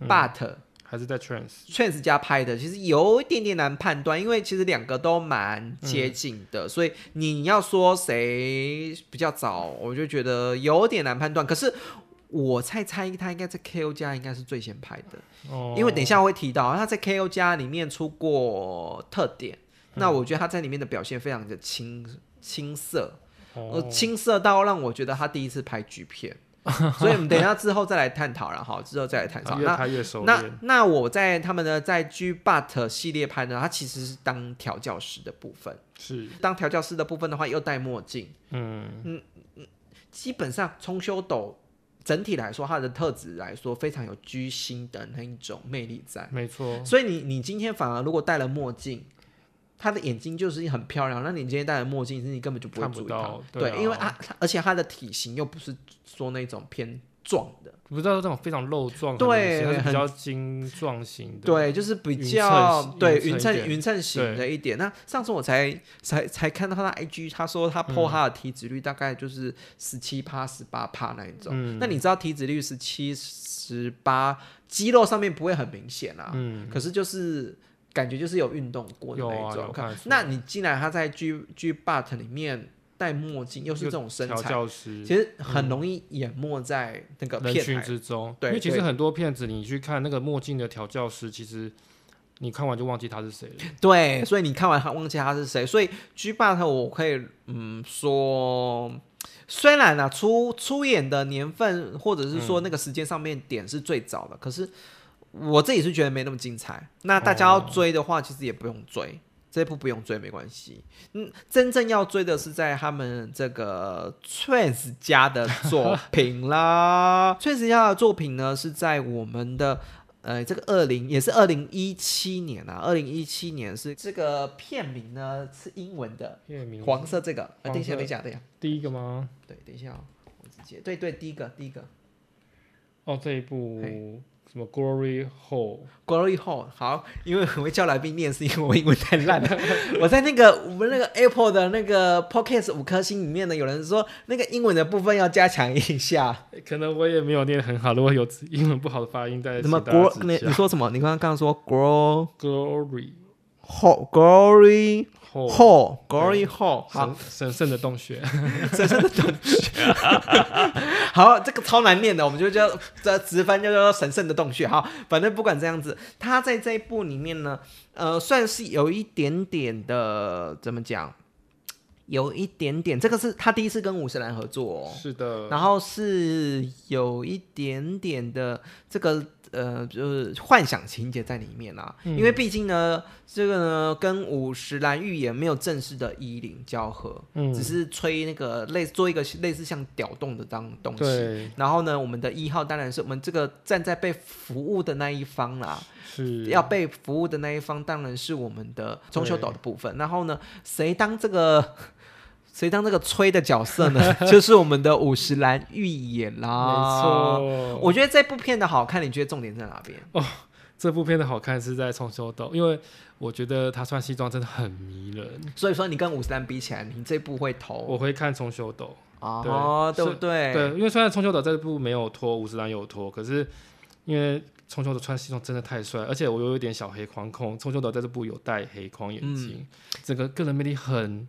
Speaker 2: 嗯
Speaker 1: But、
Speaker 2: 还是在 Trans？
Speaker 1: Trans 加拍的，其实有一点点难判断，因为其实两个都蛮接近的，
Speaker 2: 嗯
Speaker 1: 所以你要说谁比较早，我就觉得有点难判断。可是我猜猜他应该在 KO 家应该是最先拍的，
Speaker 2: 哦，
Speaker 1: 因为等一下我会提到他在 KO 家里面出过特点，
Speaker 2: 嗯
Speaker 1: 那我觉得他在里面的表现非常的青青涩，呃，
Speaker 2: 哦，
Speaker 1: 青涩到让我觉得他第一次拍剧片，所以我们等一下之后再来探讨了哈，之后再来探讨。
Speaker 2: 啊
Speaker 1: 那
Speaker 2: 越拍越熟
Speaker 1: 那
Speaker 2: 练。
Speaker 1: 那我在他们的在 G But 系列拍呢，它其实是当调教师的部分。
Speaker 2: 是，
Speaker 1: 当调教师的部分的话，又戴墨镜，
Speaker 2: 嗯，
Speaker 1: 基本上冲修斗整体来说，它的特质来说非常有居心的那一种魅力在。
Speaker 2: 没错，
Speaker 1: 所以你你今天反而如果戴了墨镜，他的眼睛就是很漂亮，那你今天戴了墨镜，你根本就不会
Speaker 2: 看不
Speaker 1: 注意
Speaker 2: 到
Speaker 1: 他。
Speaker 2: 对啊
Speaker 1: 因为他而且他的体型又不是说那种偏壮的，
Speaker 2: 不知道这种非常肉壮很
Speaker 1: 对
Speaker 2: 明显，它是
Speaker 1: 很
Speaker 2: 比较精壮型的，，
Speaker 1: 对，就是比
Speaker 2: 匀
Speaker 1: 较
Speaker 2: 称
Speaker 1: 对
Speaker 2: 匀
Speaker 1: 匀
Speaker 2: 称一
Speaker 1: 称
Speaker 2: 点
Speaker 1: 匀称型的一点。那上次我才才才看到他的 IG，他说
Speaker 2: 嗯
Speaker 1: 他 PO 他的体脂率大概就是十七趴、十八趴那一种。
Speaker 2: 嗯
Speaker 1: 那你知道体脂率十七、十八，肌肉上面不会很明显啊，
Speaker 2: 嗯，
Speaker 1: 可是就是感觉就是有运动过的
Speaker 2: 有
Speaker 1: 那
Speaker 2: 啊
Speaker 1: 一种。
Speaker 2: 有看得出
Speaker 1: 那你既然他在 G G But 里面戴墨镜，又是这种身
Speaker 2: 调
Speaker 1: 材，
Speaker 2: 教师嗯
Speaker 1: 其实很容易淹没在那个
Speaker 2: 人
Speaker 1: 片
Speaker 2: 群
Speaker 1: 海
Speaker 2: 之中，
Speaker 1: 对
Speaker 2: 因为其实
Speaker 1: 对
Speaker 2: 很多片子你去看那个墨镜的调教师，其实你看完就忘记他是谁了，
Speaker 1: 对，所以你看完他忘记他是谁，所以 G But 我可以嗯说，虽然啊出出演的年份或者是说那个时间上面点是最早的，可是我自己是觉得没那么精彩。那大家要追的话，其实也不用追。这部不用追没关系，嗯，真正要追的是在他们这个 Trans 家的作品啦。Trans 家的作品呢是在我们的呃，这个二零也是二零一七年啊，二零一七年是这个片名呢是英文的，
Speaker 2: 片名
Speaker 1: 黄色这个，呃、
Speaker 2: 黄色啊
Speaker 1: 等一下，等一下，等一下，
Speaker 2: 第一个吗？
Speaker 1: 对，等一下、哦，我直接，对对，第一个，第一个
Speaker 2: 哦，这一部什么 Glory Hole，
Speaker 1: ，Glory Hole，好，因为我会叫来宾念，是因为我英文太烂了。 我在那个我们那个 Apple 的那个 Podcast 五颗星里面呢，有人说那个英文的部分要加强一下，
Speaker 2: 诶可能我也没有念得很好，如果有英文不好的发音在
Speaker 1: 什么 Glo，你你
Speaker 2: Glory
Speaker 1: 说什么？你刚刚刚说 Glory
Speaker 2: Glory
Speaker 1: Hole，Glory
Speaker 2: Hole
Speaker 1: Hole，Glory Hole，好。
Speaker 2: 神神圣的洞穴，
Speaker 1: 神圣的洞穴。 好，这个超难念的，我们就叫这直翻就叫做神圣的洞穴。好，反正不管这样子，他在这一部里面呢，呃，算是有一点点的怎么讲，有一点点，这个是他第一次跟五十岚合作、哦。
Speaker 2: 是的，
Speaker 1: 然后是有一点点的这个呃，就是幻想情节在里面啊，
Speaker 2: 嗯
Speaker 1: 因为毕竟呢，这个呢跟五十岚预言没有正式的衣领交合，
Speaker 2: 嗯
Speaker 1: 只是吹那个类做一个类似像屌动的当东西。
Speaker 2: 对，
Speaker 1: 然后呢，我们的一号当然是我们这个站在被服务的那一方啦，
Speaker 2: 是
Speaker 1: 要被服务的那一方当然是我们的中秋
Speaker 2: 对
Speaker 1: 岛的部分。然后呢，谁当这个 谁当这个吹的角色 呢？就是我们的五十岚预演啦。
Speaker 2: 没错，
Speaker 1: 我觉得这部片的好看，你觉得重点在哪边？
Speaker 2: 这部片的好看是在冲修斗，因为我觉得他穿西装真的很迷人，
Speaker 1: 所以说你跟五十岚比起来，你这部会投
Speaker 2: 我会看冲修斗。
Speaker 1: 啊、
Speaker 2: 对
Speaker 1: 哦，对不
Speaker 2: 是
Speaker 1: 对？
Speaker 2: 对，因为虽然冲秋岛这部没有脱，五十岚有脱，可是因为冲秋岛穿西装真的太帅，而且我又有一点小黑框控，冲秋岛在这部有戴黑框眼镜，
Speaker 1: 嗯
Speaker 2: 整个个人魅力很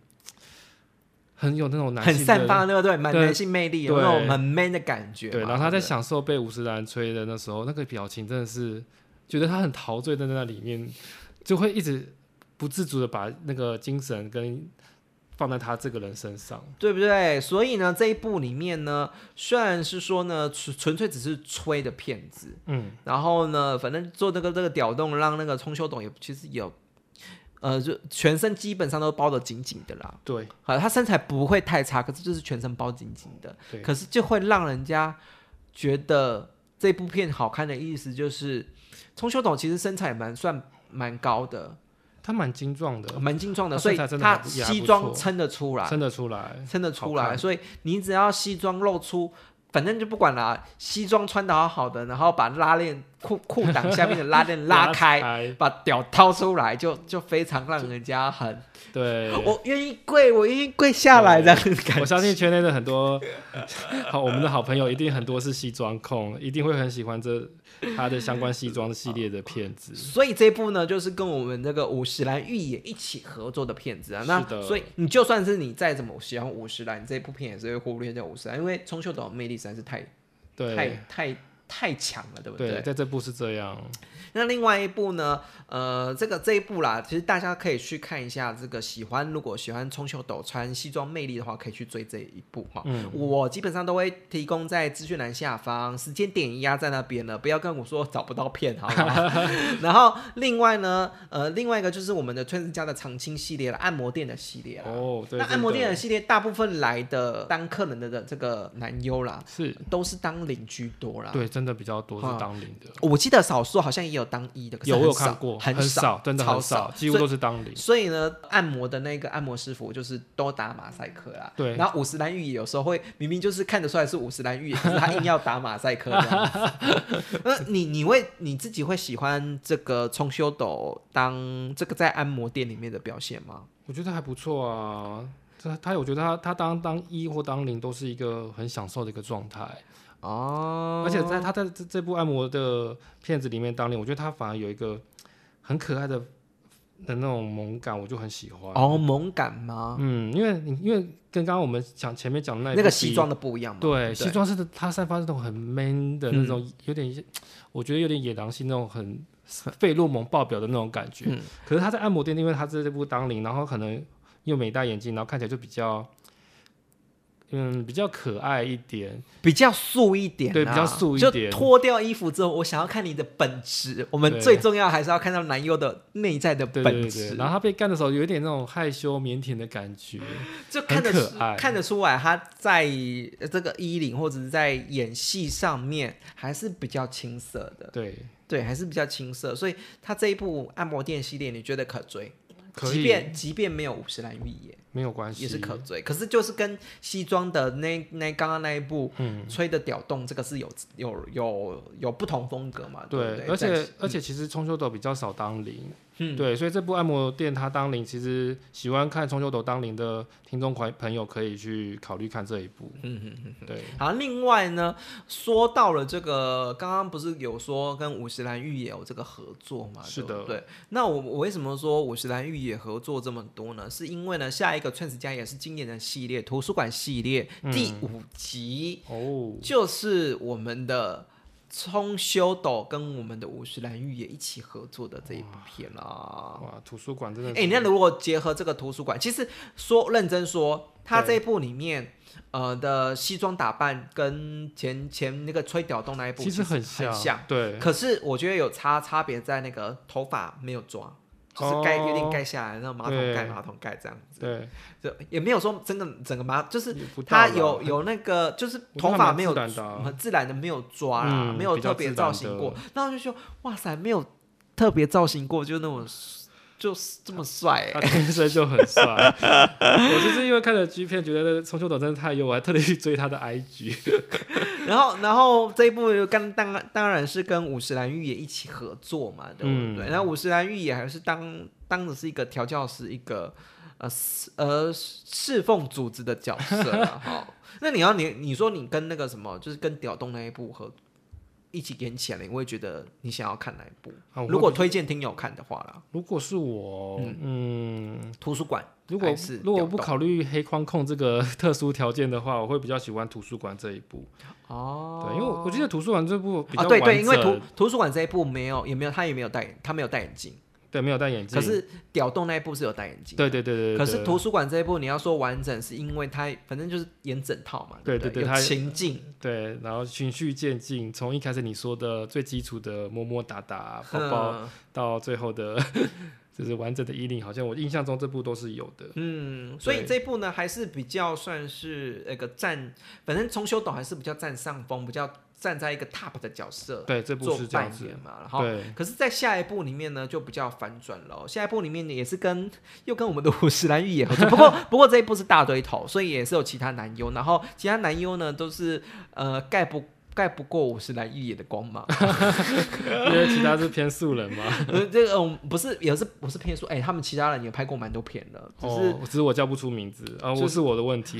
Speaker 2: 很有那种男
Speaker 1: 很
Speaker 2: 性的
Speaker 1: 散发，对不对？蛮
Speaker 2: 对
Speaker 1: 男性魅力，有那
Speaker 2: 对
Speaker 1: 种很 man 的感觉嘛。
Speaker 2: 对，然后他在
Speaker 1: 对不对
Speaker 2: 享受被五十岚吹的那时候，那个表情真的是觉得他很陶醉的在那里面，就会一直不自主的把那个精神跟放在他这个人身上。
Speaker 1: 对不对？所以呢，这一部里面呢，虽然是说呢，纯纯粹只是吹的骗子，
Speaker 2: 嗯，
Speaker 1: 然后呢，反正做这个这个屌动，让那个冲修董也其实有，呃，就全身基本上都包得紧紧的啦。
Speaker 2: 对
Speaker 1: 好，他身材不会太差，可是就是全身包紧紧的，
Speaker 2: 对，
Speaker 1: 可是就会让人家觉得这部片好看的意思就是，冲修董其实身材蛮算蛮高的，
Speaker 2: 他蛮精壮的，
Speaker 1: 蛮精壮的，
Speaker 2: 他
Speaker 1: 所以
Speaker 2: 身材真的还
Speaker 1: 他
Speaker 2: 不也还
Speaker 1: 西
Speaker 2: 不
Speaker 1: 装
Speaker 2: 错
Speaker 1: 撑得出来，
Speaker 2: 撑得出来。
Speaker 1: 撑得出
Speaker 2: 哎好
Speaker 1: 来，
Speaker 2: 看
Speaker 1: 所以你只要西装露出，反正就不管啦，西装穿的好好的，然后把拉链裤裤裆下面的拉链拉 开，
Speaker 2: 开，
Speaker 1: 把屌掏出来，就就非常让人家很，
Speaker 2: 对，
Speaker 1: 我愿意跪，我愿意跪下来的感
Speaker 2: 我
Speaker 1: 觉。
Speaker 2: 相信圈内的很多好，我们的好朋友一定很多是西装控，一定会很喜欢这他的相关西装系列的片子。
Speaker 1: 所以这一部呢，就是跟我们这个五十岚预也一起合作的片子啊。那
Speaker 2: 是的
Speaker 1: 所以你就算是你再怎么喜欢五十岚，这部片也是会忽略掉五十岚，因为冲秀岛的魅力实在是太太
Speaker 2: 对
Speaker 1: 太太强了，对不
Speaker 2: 对，在这部是这样，
Speaker 1: 那另外一部呢？呃，这个这一部啦，其实大家可以去看一下。这个喜欢如果喜欢冲秀斗穿西装魅力的话，可以去追这一部哈。
Speaker 2: 嗯，
Speaker 1: 我基本上都会提供在资讯栏下方，时间点一压在那边了，不要跟我说找不到片，好 吗？ 然后另外呢，呃，另外一个就是我们的春日家的常青系列了，按摩店的系列了。
Speaker 2: 哦，对，
Speaker 1: 啊那
Speaker 2: 真
Speaker 1: 按摩
Speaker 2: 的
Speaker 1: 店的系列大部分来的当客人的的这个男优啦，
Speaker 2: 是，
Speaker 1: 都是当邻居多啦。
Speaker 2: 对，真的比较多
Speaker 1: 啊
Speaker 2: 是当领的，
Speaker 1: 我记得少数好像也有当一的，可是
Speaker 2: 有我有
Speaker 1: 很少
Speaker 2: 看过，
Speaker 1: 很
Speaker 2: 很真的
Speaker 1: 超
Speaker 2: 很
Speaker 1: 少，
Speaker 2: 几乎都是当领。
Speaker 1: 所以。所以呢，按摩的那个按摩师傅就是都打马赛克啦。
Speaker 2: 对
Speaker 1: 然后五十岚裕也有时候会明明就是看得出来是五十岚裕也，可是他硬要打马赛克这样子。 那你你会你自己会喜欢这个冲修斗当这个在按摩店里面的表现吗？
Speaker 2: 我觉得还不错啊。他他，我觉得他他当当一或当零都是一个很享受的一个状态，
Speaker 1: 哦，
Speaker 2: 而且在他在这这部按摩的片子里面当零，我觉得他反而有一个很可爱的的那种萌感，我就很喜欢。
Speaker 1: 哦猛感吗？
Speaker 2: 嗯，因为你因为跟刚刚我们讲前面讲的那一
Speaker 1: 那个
Speaker 2: 部
Speaker 1: 西
Speaker 2: 比
Speaker 1: 装的不一样嘛？
Speaker 2: 对，
Speaker 1: 不嗯
Speaker 2: 西装是它散发那种很 man 的那种，有点，我觉得有点野狼性那 种很费洛蒙爆表的那种感觉。
Speaker 1: 嗯
Speaker 2: 可是他在按摩店，因为他这部当零，然后可能又没戴眼镜，然后看起来就比较，嗯，比较可爱一点。
Speaker 1: 比较素一点、啊，
Speaker 2: 对比较素一点
Speaker 1: 就脱掉衣服之后，我想要看你的本质。我们
Speaker 2: 对
Speaker 1: 最重要还是要看到男优的内在的
Speaker 2: 对
Speaker 1: 本
Speaker 2: 对对
Speaker 1: 质，
Speaker 2: 对。然后他被干的时候，有一点那种害羞腼腆的感觉。
Speaker 1: 就看得
Speaker 2: 很可
Speaker 1: 出
Speaker 2: 爱
Speaker 1: 看得出来他在呃这个衣领或者是在演戏上面还是比较青涩的，
Speaker 2: 对，
Speaker 1: 对，还是比较青涩。所以他这一部按摩店系列，你觉得可追？
Speaker 2: 可
Speaker 1: 即
Speaker 2: 以，
Speaker 1: 便即便没有五十岚裕也
Speaker 2: 没有关系，
Speaker 1: 也是可追，可是就是跟西装的那那刚刚那一部
Speaker 2: 嗯。
Speaker 1: 吹的屌动，这个是有有有有不同风格嘛？啊对不
Speaker 2: 对
Speaker 1: 对，，
Speaker 2: 而且
Speaker 1: 在
Speaker 2: 而且其实冲修斗比较少当零，
Speaker 1: 嗯，
Speaker 2: 对，所以这部按摩店它当零，其实喜欢看冲秋斗当零的听众朋朋友可以去考虑看这一部。嗯嗯嗯，对，
Speaker 1: 好，另外呢，说到了这个，刚刚不是有说跟五十岚裕也有这个合作嘛？
Speaker 2: 是
Speaker 1: 对不
Speaker 2: 的
Speaker 1: 对。那我我为什么说五十岚裕也合作这么多呢？是因为呢，下一个《寸子家》也是今年的系列图书馆系列
Speaker 2: 嗯
Speaker 1: 第五集，
Speaker 2: 哦，
Speaker 1: 就是我们的。冲修斗跟我们的五十岚裕也一起合作的这一部片啦，
Speaker 2: 哦哇，图书馆真的
Speaker 1: 哎、那如果结合这个图书馆，其实说认真说，他这一部里面呃的西装打扮跟前前那个吹屌动那一部
Speaker 2: 其实很
Speaker 1: 很
Speaker 2: 像，
Speaker 1: 像，
Speaker 2: 对，
Speaker 1: 可是我觉得有差差别在那个头发没有抓。就是盖
Speaker 2: 哦
Speaker 1: 有点盖下来，然后马桶盖
Speaker 2: 对
Speaker 1: 马桶盖这样子，
Speaker 2: 对，
Speaker 1: 就也没有说整个整个马，就是
Speaker 2: 也不
Speaker 1: 他
Speaker 2: 到啦
Speaker 1: 有有那个就是
Speaker 2: 我觉得
Speaker 1: 头
Speaker 2: 还
Speaker 1: 发
Speaker 2: 蛮
Speaker 1: 没有
Speaker 2: 自然的啊
Speaker 1: 很自然的没有抓啦，
Speaker 2: 嗯
Speaker 1: 没有
Speaker 2: 比
Speaker 1: 特
Speaker 2: 较
Speaker 1: 别
Speaker 2: 自
Speaker 1: 造
Speaker 2: 然
Speaker 1: 型
Speaker 2: 的
Speaker 1: 过，然后就说哇塞，没有特别造型过，就那种就是这么帅、欸，
Speaker 2: 他天生就很帅。 我就是因为看了 G 片，觉得冲秋斗真的太优，我还特地去追他的 IG。
Speaker 1: 然后，然后这一部就跟当当然是跟五十岚裕也一起合作嘛，对不对？
Speaker 2: 嗯
Speaker 1: 然后五十岚裕也还是当当的是一个调教师，一个呃侍呃侍奉组织的 角色啦哈。那你要你你说你跟那个什么，就是跟屌动那一部合一起演起来了，你会觉得你想要看哪一部？
Speaker 2: 啊我
Speaker 1: 如果推荐听友看的话啦，
Speaker 2: 如果是我，嗯，
Speaker 1: 图书馆
Speaker 2: 如果
Speaker 1: 还是
Speaker 2: 如果
Speaker 1: 调
Speaker 2: 不
Speaker 1: 动
Speaker 2: 考虑黑框控这个特殊条件的话， 我会比较喜欢图书馆这一部。
Speaker 1: 哦，
Speaker 2: 对，因为我我记得图书馆这部比较
Speaker 1: 啊，对对，
Speaker 2: 完
Speaker 1: 因为
Speaker 2: 整
Speaker 1: 图图书馆这一部没有，也没有他也没有戴，他没有戴眼镜，
Speaker 2: 对没有戴眼镜，
Speaker 1: 可是屌动那一部是有戴眼镜。
Speaker 2: 对对对对对，
Speaker 1: 可
Speaker 2: 对
Speaker 1: 是图书馆这一部你要说完整，是因为它反正就是演整套嘛，
Speaker 2: 对
Speaker 1: 对不
Speaker 2: 对对它
Speaker 1: 有情境，
Speaker 2: 对，然后循序渐进，从一开始你说的最基础的么么哒哒抱抱，
Speaker 1: 嗯
Speaker 2: 到最后的 就是完整的衣领，好像我印象中这部都是有的。
Speaker 1: 嗯，所以
Speaker 2: 对
Speaker 1: 这一部呢还是比较算是呃那个占，反正重修斗还是比较占上风，比较站在一个 top 的角色
Speaker 2: 对，这部
Speaker 1: 做
Speaker 2: 是这样
Speaker 1: 扮
Speaker 2: 子。
Speaker 1: 演嘛，然后
Speaker 2: 对，
Speaker 1: 可是，在下一部里面呢，就比较反转了哦、下一部里面也是跟又跟我们的五十岚裕也合作，不 过不过这一部是大堆头，所以也是有其他男优。然后其他男优呢，都是呃盖不盖不过五十岚裕也的光芒。
Speaker 2: 因为其他是偏素人嘛。
Speaker 1: 呃，这个、嗯、不是也是不是骗说，哎、他们其他人也拍过蛮多片的， 只是、
Speaker 2: 哦，只是我叫不出名字啊，
Speaker 1: 就是
Speaker 2: 我是我的问题。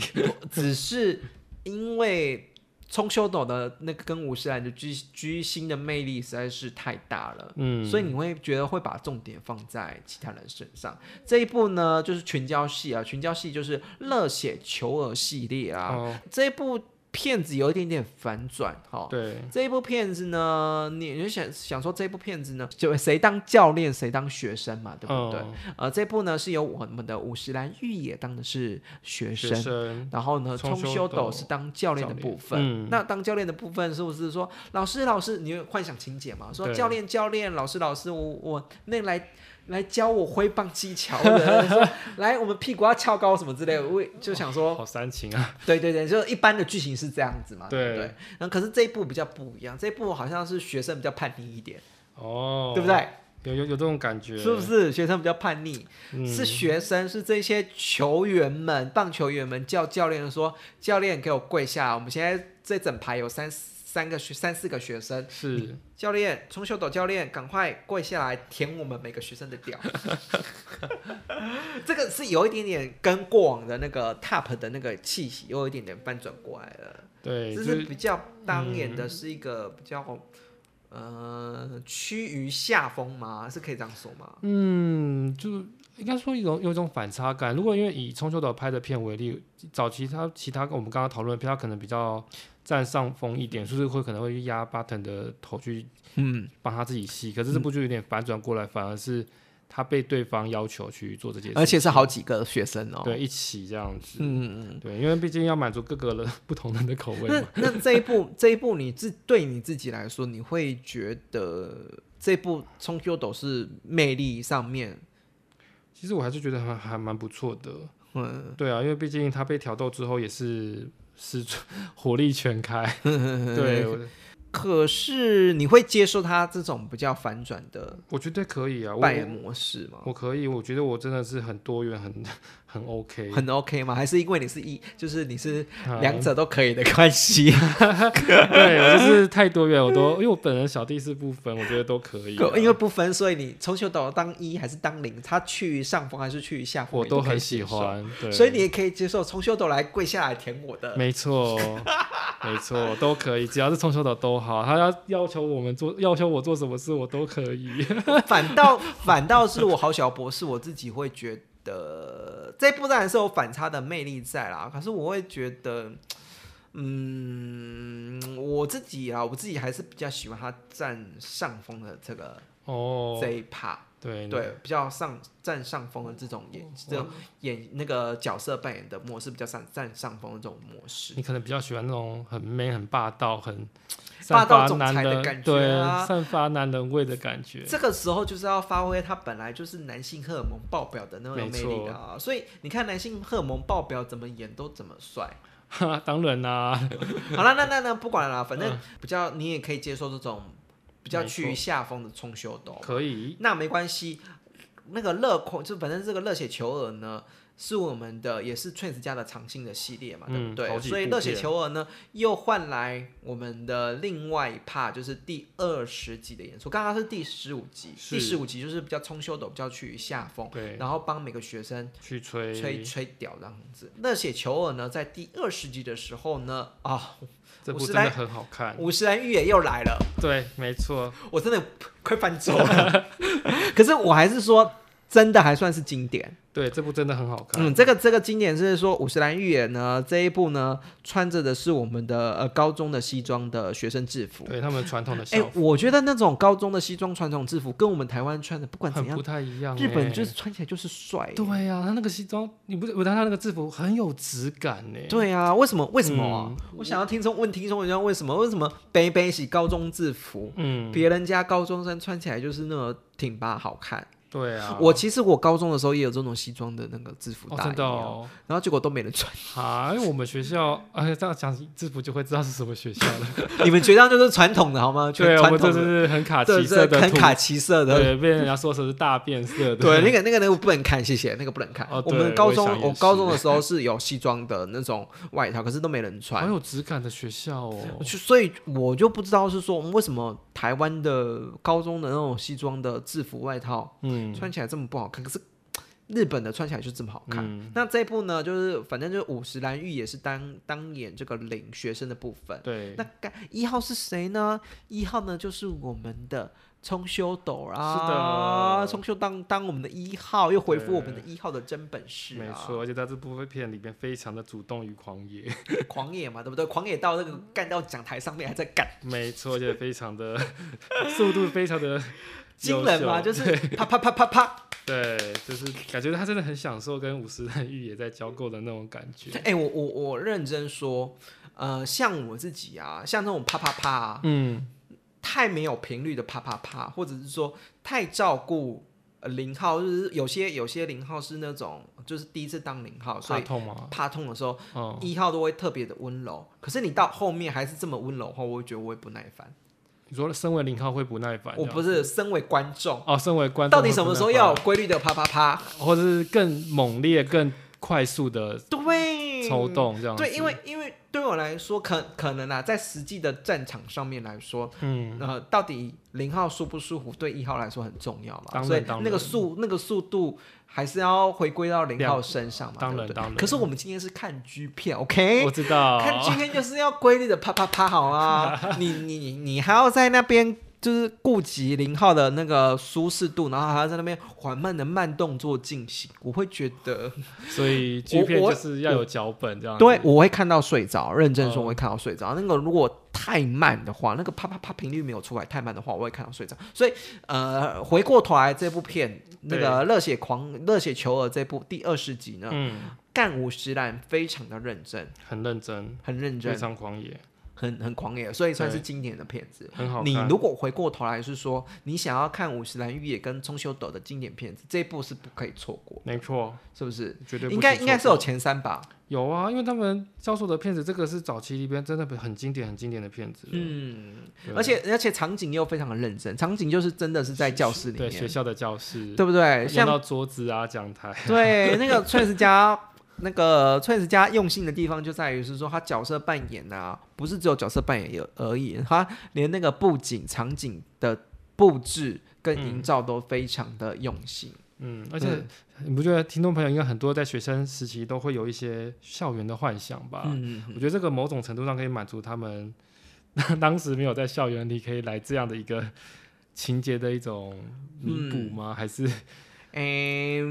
Speaker 1: 只是因为冲修斗的那个跟五十岚的居居心的魅力实在是太大了。
Speaker 2: 嗯，
Speaker 1: 所以你会觉得会把重点放在其他人身上。这一部呢，就是群交戏啊，群交戏就是热血求偶系列啊。
Speaker 2: 哦，
Speaker 1: 这一部片子有一点点反转哈。哦
Speaker 2: 对，
Speaker 1: 这一部片子呢，你你就想想说这部片子呢，就谁当教练谁当学生嘛，啊对不对？
Speaker 2: 嗯
Speaker 1: 呃，这部呢是由我们的五十岚裕也当的是学
Speaker 2: 学
Speaker 1: 生，
Speaker 2: 生，
Speaker 1: 然后呢，冲
Speaker 2: 冲
Speaker 1: 修
Speaker 2: 修
Speaker 1: 斗
Speaker 2: 斗
Speaker 1: 是当教练的部分。
Speaker 2: 嗯
Speaker 1: 那当教练的部分是不是说老师老师，你有幻想情节嘛？说
Speaker 2: 对
Speaker 1: 教练教练老师老师，我我那来来教我挥棒技巧的， 说来我们屁股要翘高什么之类的，我也就想 说，
Speaker 2: 好煽情 啊。
Speaker 1: 对对对，就一般的剧情是这样子嘛，对
Speaker 2: 对
Speaker 1: 不对？然后可是这一部比较不一样，这一部好像是学生比较叛逆一点，
Speaker 2: 哦，
Speaker 1: 对不？对？
Speaker 2: 有有有这种感觉，
Speaker 1: 是不？是学生比较叛逆？
Speaker 2: 嗯
Speaker 1: 是学生，是这些球员们、棒球员们叫教练说：“教练，给我跪下！我们现在这整排有三三个学三四个学生，
Speaker 2: 是，
Speaker 1: 教练，冲秀斗教练，赶快跪下来舔我们每个学生的屌。”这个是有一点点跟过往的那个 TOP 的那个气息，又有一点点翻转过来了。
Speaker 2: 对，
Speaker 1: 这
Speaker 2: 就是是嗯
Speaker 1: 比较当年的是一个比较。呃，趋于下风吗？是可以这样说吗？
Speaker 2: 嗯，就应该说有有一种反差感。如果因为以冲秀岛拍的片为例，早期他其他我们刚刚讨论的片，他可能比较占上风一点，就是会可能会去压 Button 的头去
Speaker 1: 嗯，
Speaker 2: 帮他自己吸，可是这部就有点反转过来，反而是他被对方要求去做这件事，
Speaker 1: 而且是好几个学生哦。
Speaker 2: 对一起这样子。
Speaker 1: 嗯，嗯
Speaker 2: 对，因为毕竟要满足各个人 不同人的口
Speaker 1: 嗯，
Speaker 2: 味
Speaker 1: 那
Speaker 2: 嘛。
Speaker 1: 那这一部这一部你自对你自己来说，你会觉得这部《冲 Q 斗》是魅力上面，
Speaker 2: 其实我还是觉得还还蛮不错的。
Speaker 1: 嗯，
Speaker 2: 对啊，因为毕竟他被挑逗之后也是是火力全开。 对，我
Speaker 1: 可是你会接受它这种比较反转的
Speaker 2: 我觉得可以啊，我
Speaker 1: 扮演模式吗？
Speaker 2: 我可以，我觉得我真的是很多元，很 很 OK。
Speaker 1: 很 OK 吗？还是因为你是一，就是你是
Speaker 2: 啊
Speaker 1: 两者都可以的关系？
Speaker 2: 对我就是太多元，我 都因为我本人小弟是不分，我觉得都可以啊、
Speaker 1: 因为不分，所以你从秀斗当一还是当零，他去于上风还是去于下风，
Speaker 2: 我
Speaker 1: 你
Speaker 2: 都
Speaker 1: 可以
Speaker 2: 很喜
Speaker 1: 接受。
Speaker 2: 欢，对，
Speaker 1: 所以你也可以接受从秀斗来跪下来舔我的，
Speaker 2: 没错，没错，都可以，只要是从小到都好。他要要求我们做，要求我做什么事，我都可以。
Speaker 1: 反倒反倒是我好小博士，我自己会觉得这部当然是有反差的魅力在啦，可是我会觉得，嗯，我自己啊，我自己还是比较喜欢他占上风的这个、
Speaker 2: 哦
Speaker 1: 这，一 part，
Speaker 2: 对
Speaker 1: 对，比较上占上风的这种演这种演那个角色扮演的模式，比较上占上风的这种模式。
Speaker 2: 你可能比较喜欢那种很 man、很霸道、很
Speaker 1: 霸
Speaker 2: 散
Speaker 1: 道
Speaker 2: 发
Speaker 1: 总裁
Speaker 2: 男
Speaker 1: 的
Speaker 2: 人
Speaker 1: 感觉
Speaker 2: 对
Speaker 1: 啊，
Speaker 2: 散发男人味的感觉。
Speaker 1: 这个时候就是要发挥他本来就是男性荷尔蒙爆表的那种
Speaker 2: 没
Speaker 1: 魅
Speaker 2: 错
Speaker 1: 力的啊，所以你看男性荷尔蒙爆表怎么演都怎么帅。
Speaker 2: 哈当然啦、
Speaker 1: 好了，那那那不管了啦，反正比较你也可以接受这种比较
Speaker 2: 嗯没错
Speaker 1: 趋于下风的冲修斗，
Speaker 2: 可以。
Speaker 1: 那没关系。那个热狂就反正这个热血球儿呢是我们的也是 Trans 家的常青的系列嘛，对
Speaker 2: 嗯
Speaker 1: 不对？
Speaker 2: 好几
Speaker 1: 所以
Speaker 2: 部
Speaker 1: 热血
Speaker 2: 片
Speaker 1: 球儿呢又换来我们的另外一 part，就是第二十集的演出。刚刚是第十五集，
Speaker 2: 是
Speaker 1: 第十五集就是比较冲修的，比较去下风，
Speaker 2: 对，
Speaker 1: 然后帮每个学生
Speaker 2: 去吹
Speaker 1: 吹吹屌这样子。热血球儿呢，在第二十集的时候呢，啊，
Speaker 2: 这
Speaker 1: 我
Speaker 2: 部
Speaker 1: 是
Speaker 2: 真
Speaker 1: 来呃
Speaker 2: 的很好看。哦
Speaker 1: 五十岚裕也又来了，
Speaker 2: 对，没错，
Speaker 1: 我真的快翻桌了。 可是我还是说，真的还算是经典。
Speaker 2: 对，这部真的很好看。
Speaker 1: 嗯，这个这个经典是说，五十岚裕也呢这一部呢，穿着的是我们的呃高中的西装的学生制服。
Speaker 2: 对他们传统的
Speaker 1: 哎、
Speaker 2: 校服
Speaker 1: 我觉得那种高中的西装传统制服，跟我们台湾穿的不管怎
Speaker 2: 很
Speaker 1: 样
Speaker 2: 不，太一样欸。
Speaker 1: 日本就是穿起来就是帅。
Speaker 2: 对呀、他那个西装，你不是我看他那个制服很有质感欸呢。
Speaker 1: 对啊，为什么？为什么
Speaker 2: 嗯
Speaker 1: 啊？我想要听众问听众一下，为什么？为什么北北洗高中制服，
Speaker 2: 嗯，
Speaker 1: 别人家高中生穿起来就是那么挺拔好看？
Speaker 2: 对啊，
Speaker 1: 我其实我高中的时候也有这种西装的那个制服
Speaker 2: 哦
Speaker 1: 大衣、
Speaker 2: 真的哦，
Speaker 1: 然后结果都没人穿。
Speaker 2: 啊，我们学校，哎，这样讲制服就会知道是什么学校了。
Speaker 1: 你们学校就是传统的好吗？全
Speaker 2: 对，啊我
Speaker 1: 传
Speaker 2: 们
Speaker 1: 统
Speaker 2: 这
Speaker 1: 的，
Speaker 2: 是很卡
Speaker 1: 这
Speaker 2: 其色
Speaker 1: 这
Speaker 2: 的
Speaker 1: 很
Speaker 2: 图，
Speaker 1: 卡其色的。
Speaker 2: 对，被人家说成是大 变色的。
Speaker 1: 对，那个那个那个不能看，谢谢，那个不能看。
Speaker 2: 哦
Speaker 1: 我
Speaker 2: 对
Speaker 1: 们高中
Speaker 2: 我也想也
Speaker 1: 我高中
Speaker 2: 是
Speaker 1: 的时候是有西装的那种外套，可是都没人穿
Speaker 2: 好。有质感的学校哦。
Speaker 1: 就所以，我就不知道是说为什么台湾的高中的那种西装的制服外套
Speaker 2: 嗯，
Speaker 1: 穿起来这么不好看，可是日本的穿起来就这么好看。
Speaker 2: 嗯
Speaker 1: 那这一部呢，就是反正就是五十岚裕也是当当演这个领学生的部分。
Speaker 2: 对，
Speaker 1: 那该一号是谁呢？一号呢就是我们的冲修斗啊，
Speaker 2: 是的
Speaker 1: 冲修当当我们的一号，又回复我们的一号的真本事、啊，
Speaker 2: 没错，而且在这部片里面非常的主动与狂 野，
Speaker 1: 狂野嘛，对不对？狂野到那个干到讲台上面还在干。
Speaker 2: 没错，而且非 常的速度非常的
Speaker 1: 惊人嘛，
Speaker 2: 嘛，
Speaker 1: 就是啪啪啪啪 啪。
Speaker 2: 对，就是感觉他真的很享受跟五十岚裕也在交媾的那种感觉。
Speaker 1: 哎、我我我认真说，呃，像我自己啊，像那种啪啪啪、啊，
Speaker 2: 嗯，
Speaker 1: 太没有频率的啪啪啪，或者是说太照顾呃零号，就是有些有些零号是那种就是第一次当零号，所
Speaker 2: 怕
Speaker 1: 以
Speaker 2: 痛啊吗？
Speaker 1: 怕痛的时候，
Speaker 2: 哦，
Speaker 1: 一号都会特别的温柔。可是你到后面还是这么温柔的话，我会觉得我会不耐烦。
Speaker 2: 你说身为零号会不耐烦？
Speaker 1: 我
Speaker 2: 这样
Speaker 1: 不是身为观众，
Speaker 2: 哦，身为观众
Speaker 1: 到底什么时候要有规律的啪啪啪？
Speaker 2: 会不耐烦，或者是更猛烈、更快速的
Speaker 1: 对，
Speaker 2: 抽动这样
Speaker 1: 嗯
Speaker 2: 子？
Speaker 1: 对，因为因为对我来说，可可能啊，在实际的战场上面来说，
Speaker 2: 嗯，
Speaker 1: 呃，到底零号舒不舒服，对一号来说很重要嘛。
Speaker 2: 当然
Speaker 1: 所以
Speaker 2: 当然
Speaker 1: 那个速那个速度还是要回归到零号身上嘛。
Speaker 2: 当
Speaker 1: 对
Speaker 2: 然
Speaker 1: 不对
Speaker 2: 当然
Speaker 1: 可是我们今天是看 G 片，OK？
Speaker 2: 我知道，啊
Speaker 1: 看 G 片就是要规律的啪啪啪，好吗？你你你你还要在那边。就是顾及零号的那个舒适度，然后还要在那边缓慢的慢动作进行，我会觉得
Speaker 2: 所以剧片
Speaker 1: 我
Speaker 2: 就是要有脚本这样子。
Speaker 1: 对，我会看到睡着，认真说
Speaker 2: 嗯
Speaker 1: 我会看到睡着。那个如果太慢的话，那个啪啪啪频率没有出来太慢的话，我会看到睡着。所以呃，回过头来这部片，那个《热血狂热血球儿》这部第二十集呢，
Speaker 2: 嗯，
Speaker 1: 干五十岚非常的认真，
Speaker 2: 很认真，
Speaker 1: 很认
Speaker 2: 非
Speaker 1: 真，
Speaker 2: 常狂野，
Speaker 1: 很很狂野，所以算是
Speaker 2: 对
Speaker 1: 经典的片子。
Speaker 2: 很好看。
Speaker 1: 你如果回过头来是说，你想要看五十岚裕也跟冲修斗的经典片子，这一部是不可以错过，
Speaker 2: 没错，
Speaker 1: 是不是？
Speaker 2: 绝对不
Speaker 1: 应该
Speaker 2: 许错
Speaker 1: 应该是有前三吧。
Speaker 2: 有啊，因为他们教授的片子，这个是早期里边真的很经典、很经典的片子了。
Speaker 1: 嗯
Speaker 2: 对，
Speaker 1: 而且而且场景又非常的认真，场景就是真的是在教室里
Speaker 2: 对
Speaker 1: 面，
Speaker 2: 学校的教室，
Speaker 1: 对不对？
Speaker 2: 用
Speaker 1: 像
Speaker 2: 到桌子啊、讲台，
Speaker 1: 对那个 Trace 家。那个 Trace 家用心的地方就在于是说，他角色扮演啊，不是只有角色扮演而已，他连那个布景、场景的布置跟营造都非常的用心。
Speaker 2: 嗯，而且你不觉得听众朋友应该很多在学生时期都会有一些校园的幻想吧？
Speaker 1: 嗯，
Speaker 2: 我觉得这个某种程度上可以满足他们 当时没有在校园里可以来这样的一个情节的一种弥补
Speaker 1: 嗯
Speaker 2: 吗？还是
Speaker 1: 哦诶、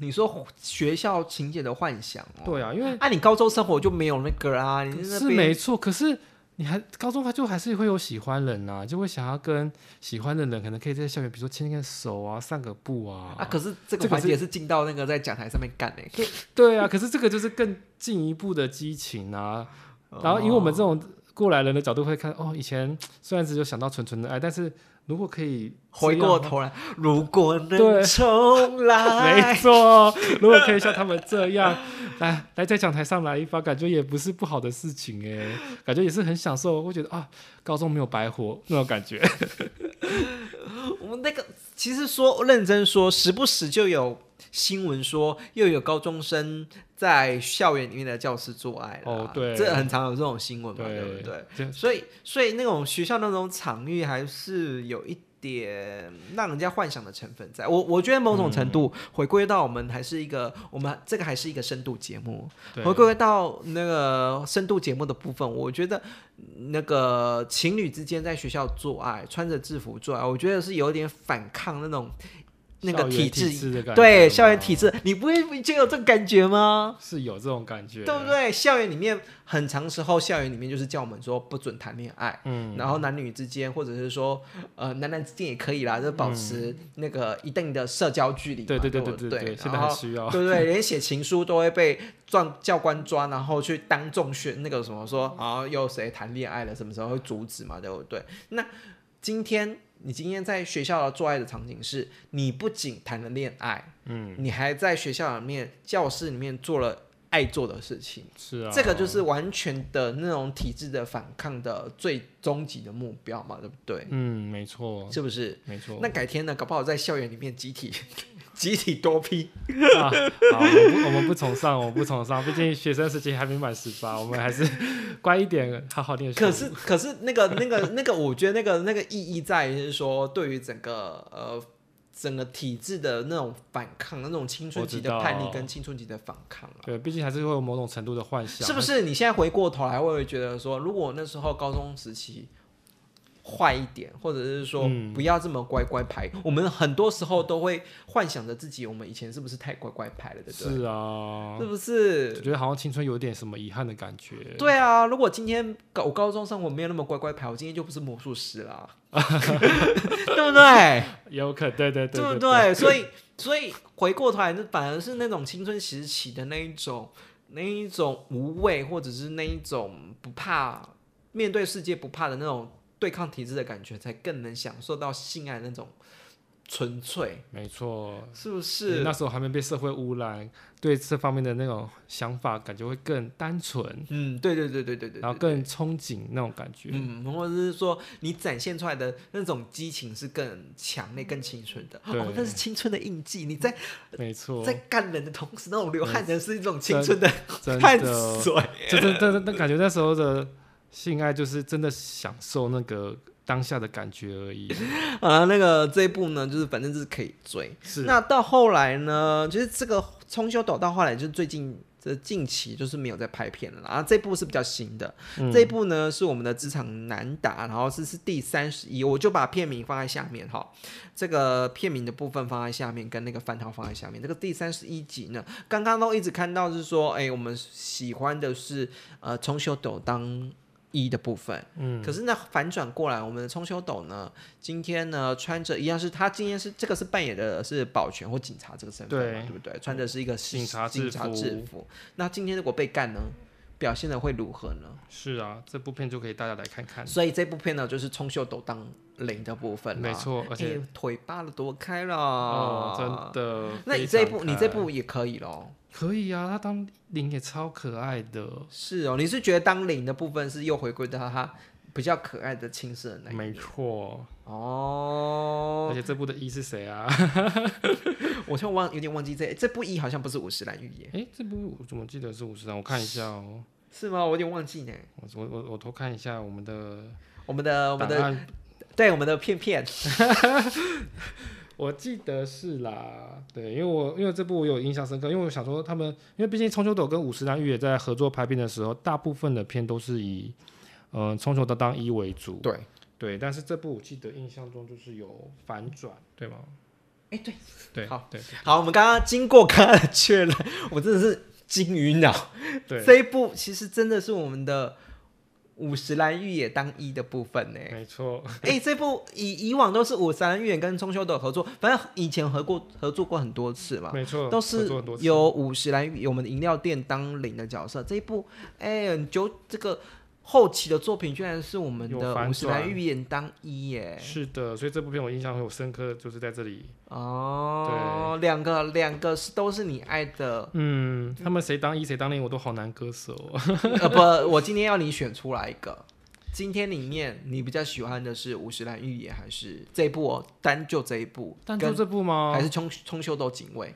Speaker 1: 你说学校情节的幻想哦，
Speaker 2: 对啊，因为
Speaker 1: 啊，你高中生活就没有那个啊，你在那
Speaker 2: 是
Speaker 1: 边
Speaker 2: 没错，可是你还高中他就还是会有喜欢人啊，就会想要跟喜欢的人，可能可以在校园，比如说牵个手啊，散个步啊。
Speaker 1: 啊，可是这个
Speaker 2: 这个
Speaker 1: 环
Speaker 2: 是
Speaker 1: 节是进到那个在讲台上面干欸诶、
Speaker 2: 对啊，可是这个就是更进一步的激情啊。
Speaker 1: 哦
Speaker 2: 然后以我们这种过来人的角度会看，哦，以前虽然只有想到纯纯的爱，但是如果可以
Speaker 1: 回
Speaker 2: 这样
Speaker 1: 过
Speaker 2: 的话
Speaker 1: 头来，如果能
Speaker 2: 对
Speaker 1: 重
Speaker 2: 没
Speaker 1: 来，
Speaker 2: 错，如果可以像他们这样，来来在讲台上来一发，感觉也不是不好的事情哎，感觉也是很享受，会觉得啊，高中没有白活那种感觉。
Speaker 1: 我们那个其实说认真说，时不时就有新闻说又有高中生在校园里面的教室做爱了啊、
Speaker 2: 哦对
Speaker 1: 这很常有这种新闻嘛，对不对？
Speaker 2: 这
Speaker 1: 所以，所以那种学校那种场域还是有一点让人家幻想的成分在。我我觉得某种程度、
Speaker 2: 嗯
Speaker 1: 回归到我们还是一个，我们这个还是一个深度节目。
Speaker 2: 对
Speaker 1: 回归到那个深度节目的部分，我觉得那个情侣之间在学校做爱，穿着制服做爱，我觉得是有点反抗那种那个
Speaker 2: 校园
Speaker 1: 体
Speaker 2: 体
Speaker 1: 制。
Speaker 2: 的感觉，
Speaker 1: 对校园体制，你不会就有这种感觉吗？
Speaker 2: 是有这种感觉，
Speaker 1: 对不对？校园里面很长时候，校园里面就是叫我们说不准谈恋爱，嗯，然后男女之间，或者是说呃男男之间也可以啦，就保持那个一定的社交距离嘛，
Speaker 2: 对对对
Speaker 1: 对
Speaker 2: 对对对，现在
Speaker 1: 然
Speaker 2: 很
Speaker 1: 后
Speaker 2: 需要。
Speaker 1: 对对，连写情书都会被抓教官抓，然后去当众宣那个什么说啊，又谁谈恋爱了，什么时候会阻止嘛，对不对？那今天你今天在学校做爱的场景是，你不仅谈了恋爱，嗯，你还在学校里面教室里面做了爱做的事情。
Speaker 2: 是啊，
Speaker 1: 这个就是完全的那种体制的反抗的最终极的目标嘛，对不对？
Speaker 2: 嗯，没错，
Speaker 1: 是不是？
Speaker 2: 没错。
Speaker 1: 那改天呢，搞不好在校园里面集体 集体多批，
Speaker 2: 啊， 好，我们不我们不崇尚，我们不崇尚，毕竟学生时期还没满十八，我们还是 乖一点，好好念书。
Speaker 1: 可是，可是那个、那个、那个，我觉得那个那个意义在于是说，对于整个呃整个体制的那种反抗，那种青春期的
Speaker 2: 我知道
Speaker 1: 叛逆跟青春期的反抗啊，
Speaker 2: 对，毕竟还是会有某种程度的幻想，
Speaker 1: 是不是？你现在回过头来，我也觉得说，如果我那时候高中时期坏一点，或者是说
Speaker 2: 嗯
Speaker 1: 不要这么乖乖牌，我们很多时候都会幻想着自己，我们以前是不是太乖乖牌了，对不对？
Speaker 2: 是啊，
Speaker 1: 是不
Speaker 2: 我
Speaker 1: 是？
Speaker 2: 觉得好像青春有点什么遗憾的感觉。
Speaker 1: 对啊，如果今天高我高中生活没有那么乖乖牌，我今天就不是魔术师 啦，对不对？
Speaker 2: 有可对对
Speaker 1: 对
Speaker 2: 对
Speaker 1: 不
Speaker 2: 对，
Speaker 1: 对？所以，所以回过头来，那反而是那种青春时期的那一种、那一种无畏，或者是那一种不怕面对世界、不怕的那种对抗体制的感觉，才更能享受到性爱那种纯粹，
Speaker 2: 没错。
Speaker 1: 是不
Speaker 2: 你
Speaker 1: 是？
Speaker 2: 那时候还没被社会污染，对这方面的那种想法感觉会更单纯，
Speaker 1: 嗯，对对对对对对
Speaker 2: 然后
Speaker 1: 对。
Speaker 2: 更憧憬那种感觉。
Speaker 1: 嗯，或者是说你展现出来的那种激情是更强烈、更青春的，哦
Speaker 2: 对，
Speaker 1: 那是青春的印记。你在
Speaker 2: 没错，
Speaker 1: 在干人的同时，那种流汗的是一种青春的
Speaker 2: 真
Speaker 1: 汗
Speaker 2: 的。
Speaker 1: 水。
Speaker 2: 这这这这感觉那时候的性爱就是真的享受那个当下的感觉而已。
Speaker 1: 啊，那个这一部呢，就是反正就是可以追。
Speaker 2: 是
Speaker 1: 那到后来呢，就是这个冲修斗到后来就是最近这近期就是没有在拍片了啦。啊，这部是比较新的，
Speaker 2: 嗯
Speaker 1: 这一部呢是我们的职场难打，然后是是第三十一，我就把片名放在下面哈，这个片名的部分放在下面，跟那个番号放在下面。这个第三十一集呢，刚刚都一直看到是说，哎、我们喜欢的是呃冲修斗当一的部分，嗯，可是呢反转过来，我们的冲修斗呢。今天呢，穿着一样是他今天是这个是扮演的是保全或警察这个身份嘛，
Speaker 2: 对
Speaker 1: 对不对？穿的是一个
Speaker 2: 警察制
Speaker 1: 警察
Speaker 2: 服
Speaker 1: 制服。那今天如果被干呢，表现的会如何呢？
Speaker 2: 是啊，这部片就可以大家来看看。
Speaker 1: 所以这部片呢，就是冲秀斗当零的部分啦
Speaker 2: 没，错，而且
Speaker 1: 哎腿扒了多开了，
Speaker 2: 哎哦，真的。
Speaker 1: 那你
Speaker 2: 非
Speaker 1: 这一
Speaker 2: 常
Speaker 1: 部你
Speaker 2: 看
Speaker 1: 这部也可以咯。
Speaker 2: 可以啊，他当零也超可爱的，
Speaker 1: 是哦，你是觉得当零的部分是又回归到他比较可爱的青涩的那一
Speaker 2: 没
Speaker 1: 面
Speaker 2: 错。
Speaker 1: 哦
Speaker 2: 而。且这部的一是谁啊？
Speaker 1: 我现在忘有点忘记这这部一好像不是五十岚裕也
Speaker 2: 哎，这部我怎么记得是五十三？我看一下哦，
Speaker 1: 是吗？我有点忘记呢。
Speaker 2: 我我我我偷看一下我们的
Speaker 1: 我们的我们
Speaker 2: 档
Speaker 1: 的
Speaker 2: 案
Speaker 1: 对我们的片片，
Speaker 2: 我记得是啦，对，因为我因为这部我有印象深刻，因为我想说他们，因为毕竟冲球斗跟五十岚裕也在合作拍片的时候，大部分的片都是以嗯冲球斗当一为主，
Speaker 1: 对，
Speaker 2: 对，但是这部我记得印象中就是有反转，对吗？
Speaker 1: 哎对，
Speaker 2: 对，
Speaker 1: 好，
Speaker 2: 对
Speaker 1: 好，我们刚刚经过刚刚的确认，我真的是金鱼脑。
Speaker 2: 对，
Speaker 1: 这一部其实真的是我们的五十岚裕也当一的部分 呢。
Speaker 2: 没错，
Speaker 1: 哎、这部以以往都是五十岚裕也跟中修斗合作，反正以前合过合作过很多次嘛。
Speaker 2: 没错，
Speaker 1: 都
Speaker 2: 嗯合
Speaker 1: 是
Speaker 2: 作很多次
Speaker 1: 由五十来我们饮料店当领的角色。这一部，哎、你就这个后期的作品，居然是我们
Speaker 2: 有
Speaker 1: 的
Speaker 2: 反
Speaker 1: 五十来
Speaker 2: 转
Speaker 1: 预言当一耶！
Speaker 2: 是的，所以这部片我印象很有深刻，就是在这里，，
Speaker 1: 哦，两个两个是都是你爱的
Speaker 2: 嗯，他们谁当一谁当零我都好难割舍哦，
Speaker 1: 呃不，我今天要你选出来一个。今天里面你比较喜欢的是五十岚预言还是这一部哦？单就这一部，
Speaker 2: 但就
Speaker 1: 跟
Speaker 2: 这部吗
Speaker 1: 还？是冲冲修斗警卫？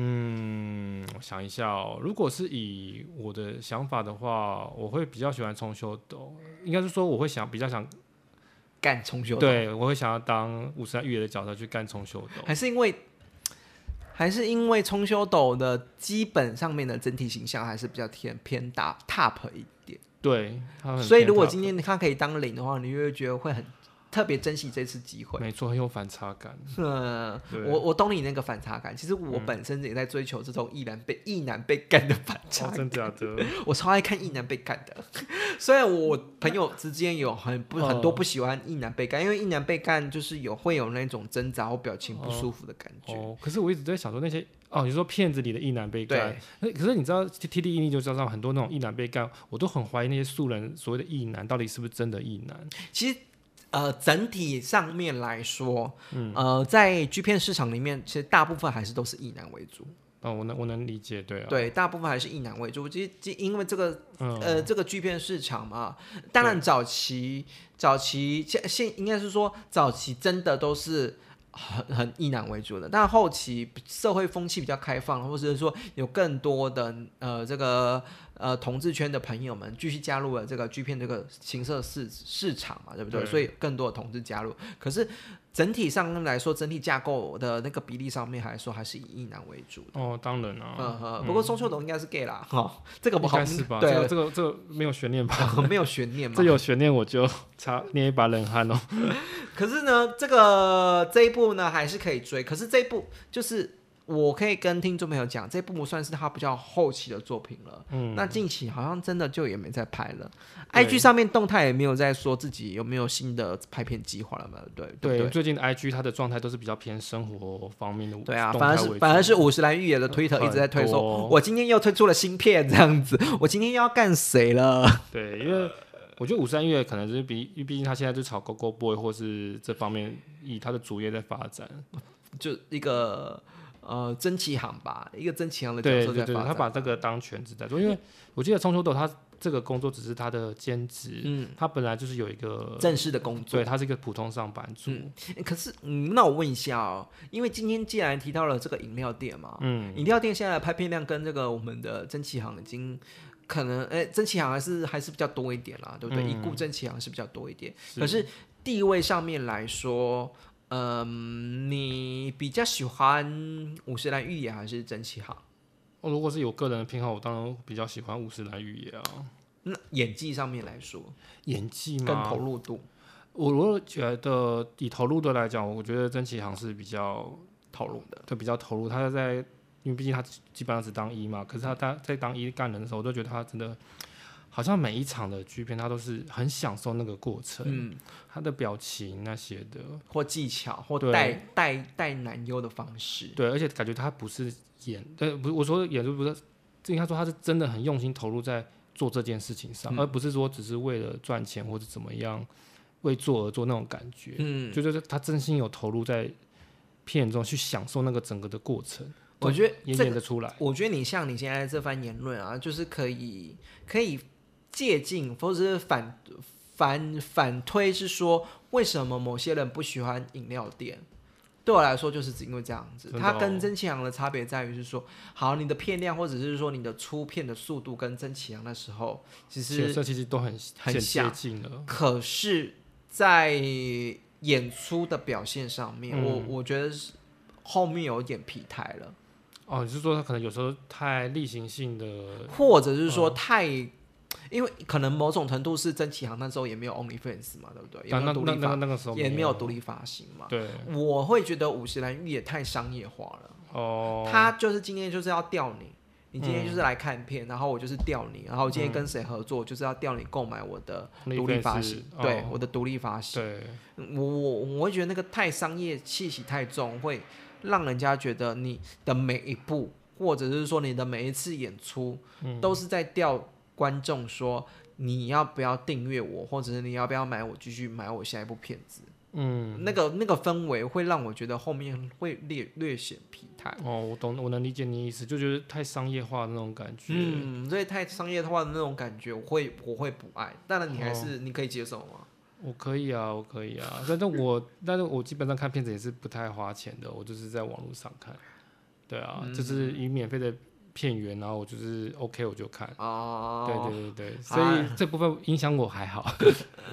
Speaker 2: 嗯，我想一下哦，如果是以我的想法的话，我会比较喜欢冲修斗，应该是说我会想比较想，
Speaker 1: 干重修，，
Speaker 2: 对我会想要当五十岚裕也的角色去干冲修斗。
Speaker 1: 还是因为还是因为冲修斗的基本上面的整体形象还是比较偏偏大 top 一点，
Speaker 2: 对，他很
Speaker 1: 所以如果
Speaker 2: fantastic
Speaker 1: 今天他可以当零的话，你就会觉得会很特别珍惜这次机 会。
Speaker 2: 没错，很有反 差感。哦
Speaker 1: 嗯，
Speaker 2: 对嗯
Speaker 1: 我我懂你那个反差感。其实我本身也在追求这种易男被易男被干的反差
Speaker 2: 哦、真假的？
Speaker 1: 我超爱看一男被干的， 虽然我朋友之间有很不很多
Speaker 2: 哦
Speaker 1: 不喜欢一男被干，因为一男被干就是有会有那种挣扎或表情不舒服的感觉。
Speaker 2: 哦，可是我一直在想说那些哦，你说片子里的意男被干
Speaker 1: 对，
Speaker 2: 那可是你知道 T D E 你就知道很多那种意男被干，我都很怀疑那些素人所谓的意男到底是不是真的意男。
Speaker 1: 其实呃，整体上面来说，
Speaker 2: 嗯
Speaker 1: 呃，在 G 片市场里面，其实大部分还是都是一男为主，
Speaker 2: 哦，我能我能理解，对啊，
Speaker 1: 对，大部分还是一男为主。其实其实因为这个
Speaker 2: 嗯，
Speaker 1: 呃，这个剧片市场嘛，当然早期早期现现应该是说早期真的都是很很以男为主的，但后期社会风气比较开放，或者是说有更多的呃这个呃同志圈的朋友们继续加入了这个剧片这个情色市市场嘛，对不对？
Speaker 2: 对
Speaker 1: 所以有更多的同志加入，可是整体上来说，整体架构的那个比例上面来说，还是以一男为主。
Speaker 2: 哦，当然啊，
Speaker 1: 嗯哼，不过宋秀龙应该是 gay 啦，哈、这个不
Speaker 2: 应
Speaker 1: 好
Speaker 2: 该，是吧？
Speaker 1: 对，
Speaker 2: 这个这个这个没有悬念吧？
Speaker 1: 呃没有悬念嘛
Speaker 2: 这。有悬念我就 擦捏一把冷汗哦。
Speaker 1: 可是呢，这个这一部呢还是可以追。可是这一部就是我可以跟听众朋友讲，这部算是他比较后期的作品了。
Speaker 2: 嗯，
Speaker 1: 那近期好像真的就也没再拍了
Speaker 2: 对
Speaker 1: ，IG 上面动态也没有在说自己有没有新的拍片计划了嘛？对不对
Speaker 2: 对，
Speaker 1: 对
Speaker 2: 最近的 IG 它的状态都是比较偏生活方面的动态
Speaker 1: 对
Speaker 2: 为主，
Speaker 1: 啊，反而是反而是五十岚裕也的 Twitter 一直在推
Speaker 2: 很多
Speaker 1: 说，我今天又推出了新片这样子，我今天又要干谁了？
Speaker 2: 对，因为我觉得五三月可能就是比，因为毕竟他现在就炒 Go Go Boy 或是这方面，以他的主业在发展。
Speaker 1: 就一个呃曾启航吧，一个曾启航的角
Speaker 2: 对
Speaker 1: 色
Speaker 2: 对
Speaker 1: 在
Speaker 2: 对，
Speaker 1: 发
Speaker 2: 他
Speaker 1: 展。啊
Speaker 2: 把这个当全职在做，因为我记得冲秋斗他这个工作只是他的兼职，
Speaker 1: 嗯，
Speaker 2: 他本来就是有一个，
Speaker 1: 正式的工作
Speaker 2: 呃对，他是一个普通上班族。
Speaker 1: 嗯欸可是，嗯，那我问一下哦，因为今天既然提到了这个饮料店嘛，
Speaker 2: 嗯，
Speaker 1: 饮料店现在的拍片量跟这个我们的蒸汽行已经可能，哎、蒸汽行还是还是比较多一点啦，对不对？
Speaker 2: 嗯
Speaker 1: 一顾蒸汽行是比较多一点，
Speaker 2: 是
Speaker 1: 可是地位上面来说，嗯，你比较喜欢五十岚裕也还是蒸汽行？
Speaker 2: 哦如果是有个人的偏好，我当然比较喜欢五十岚语言啊，
Speaker 1: 那演技上面来说，
Speaker 2: 演技
Speaker 1: 更
Speaker 2: 嘛，
Speaker 1: 投入度，
Speaker 2: 我如果觉得以投入的来讲，我觉得曾启航是比较投入的，对，比较投入。他在，因为毕竟他基本上只当一嘛，可是他他在当一干人的时候，我都觉得他真的好像每一场的剧片，他都是很享受那个过程，
Speaker 1: 嗯，
Speaker 2: 他的表情那些的，
Speaker 1: 或技巧，或
Speaker 2: 对
Speaker 1: 带带带男优的方式，
Speaker 2: 对，而且感觉他不是演，对，不是我说演出不是，应该说他是真的很用心投入在做这件事情上，
Speaker 1: 嗯
Speaker 2: 而不是说只是为了赚钱或者怎么样为做而做那种感觉，
Speaker 1: 嗯。
Speaker 2: 就就是他真心有投入在片中去享受那个整个的过程，
Speaker 1: 我觉得
Speaker 2: 也
Speaker 1: 这个
Speaker 2: 演得出来。
Speaker 1: 我觉得你像你现在这番言论啊，就是可以可以借鉴，或者是反反反推，是说为什么某些人不喜欢饮料店？对我来说，就是只因为这样子。
Speaker 2: 真的
Speaker 1: 它
Speaker 2: 哦
Speaker 1: 跟曾启阳的差别在于是说，好，你的片量或者是说你的出片的速度跟曾启阳那时候其
Speaker 2: 角
Speaker 1: 实，
Speaker 2: 色其实都很
Speaker 1: 很
Speaker 2: 接
Speaker 1: 像
Speaker 2: 近了，
Speaker 1: 可是，在演出的表现上面，
Speaker 2: 嗯
Speaker 1: 我我觉得是后面有一点疲态了。
Speaker 2: 哦，你是说他可能有时候太例行性的，
Speaker 1: 或者是
Speaker 2: 嗯
Speaker 1: 说太，因为可能某种程度是曾启航那时候也没有 OnlyFans 嘛，对不对？也没
Speaker 2: 那啊那
Speaker 1: 呃有独
Speaker 2: 那
Speaker 1: 立
Speaker 2: 那
Speaker 1: 发，
Speaker 2: 那个时候
Speaker 1: 也没
Speaker 2: 没
Speaker 1: 有独立发行嘛。
Speaker 2: 对
Speaker 1: 我会觉得五十岚裕也太商业化了，
Speaker 2: 哦，
Speaker 1: 他就是今天就是要钓你。你今天就是来看片，然后我就是钓你，然后我今
Speaker 2: 嗯
Speaker 1: 天跟谁合作，就是要钓你购买我的独立发行，
Speaker 2: OnlyFans，
Speaker 1: 对
Speaker 2: 哦
Speaker 1: 我的独立发行。
Speaker 2: 对，
Speaker 1: 我我我会觉得那个太商业气息太重，会让人家觉得你的每一步，或者是说你的每一次演出，
Speaker 2: 嗯
Speaker 1: 都是在吊观众说你要不要订阅我，或者是你要不要买我继续买我下一部片子。
Speaker 2: 嗯，
Speaker 1: 那个那个氛围会让我觉得后面会略略显疲态。
Speaker 2: 哦，我懂，我能理解你的意思，就觉得太商业化的那种感觉。
Speaker 1: 嗯，所以太商业化的那种感觉，我会我会不爱。当然，你
Speaker 2: 哦
Speaker 1: 还是、你可以接受吗？
Speaker 2: 我可以啊，我可以
Speaker 1: 嗯
Speaker 2: 啊，但是我但是我基本上看片子也是不太花钱的，我就是在网络上看。对啊，
Speaker 1: 嗯
Speaker 2: 就是以免费的片源，然后我就是 OK 我就看。
Speaker 1: 哦，
Speaker 2: 哎对对 对对，所以这部分影响我还好。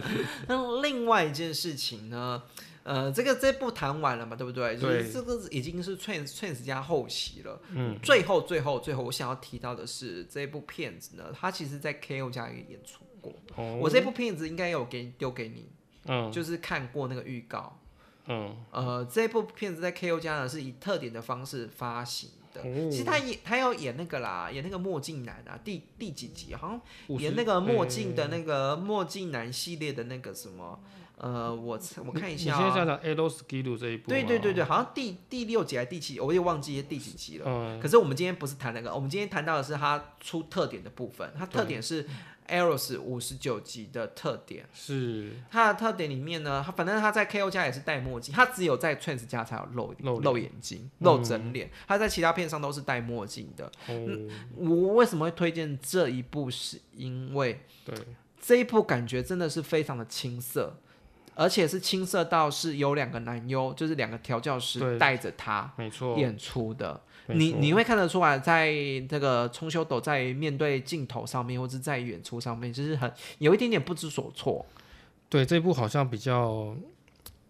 Speaker 1: 那另外一件事情呢，呃，这个这部谈完了嘛，对不对？就是
Speaker 2: 对
Speaker 1: 这个已经是 Trans Trans 加后期了。
Speaker 2: 嗯，
Speaker 1: 最后最后最后，我想要提到的是，这部片子呢，它其实在 KO 家也演出过。
Speaker 2: 哦
Speaker 1: 我这部片子应该有给丢给你，
Speaker 2: 嗯
Speaker 1: 就是看过那个预告。
Speaker 2: 嗯
Speaker 1: 呃，这部片子在 KO 家呢是以特点的方式发行的。
Speaker 2: 哦
Speaker 1: 其实他演他要演那个啦，演那个墨镜男啊，第第几集好像。
Speaker 2: 50
Speaker 1: 演那个
Speaker 2: 哎
Speaker 1: 墨镜
Speaker 2: 嗯
Speaker 1: 的那个墨镜男系列的那个什么，呃，我我看一
Speaker 2: 你
Speaker 1: 下、
Speaker 2: 现在在
Speaker 1: 啊，
Speaker 2: 讲 Elo Skill 这一部吗，
Speaker 1: 对对对对，好像第第六集还是第七集，我也忘记第几集了。
Speaker 2: 嗯，
Speaker 1: 可是我们今天不是谈那个，我们今天谈到的是它出特点的部分，它特点是 Eros 五十九集的特点。
Speaker 2: 是
Speaker 1: 它的特点里面呢，它反正它在 KO 家也是戴墨镜，它只有在 Trans 家才有露
Speaker 2: 露脸嗯
Speaker 1: 露眼睛、露整脸，它在其他片上都是戴墨镜的。
Speaker 2: 哦，
Speaker 1: 嗯我为什么会推荐这一部，是因为
Speaker 2: 对，
Speaker 1: 这一部感觉真的是非常的青涩，而且是青涩到是有两个男优，就是两个调教师
Speaker 2: 对
Speaker 1: 带着他
Speaker 2: 没错，
Speaker 1: 演出的。
Speaker 2: 没
Speaker 1: 你
Speaker 2: 错
Speaker 1: 你会看得出来，在这个冲修斗在面对镜头上面，或者在演出上面，就是很有一点点不知所措。
Speaker 2: 对这一部好像比较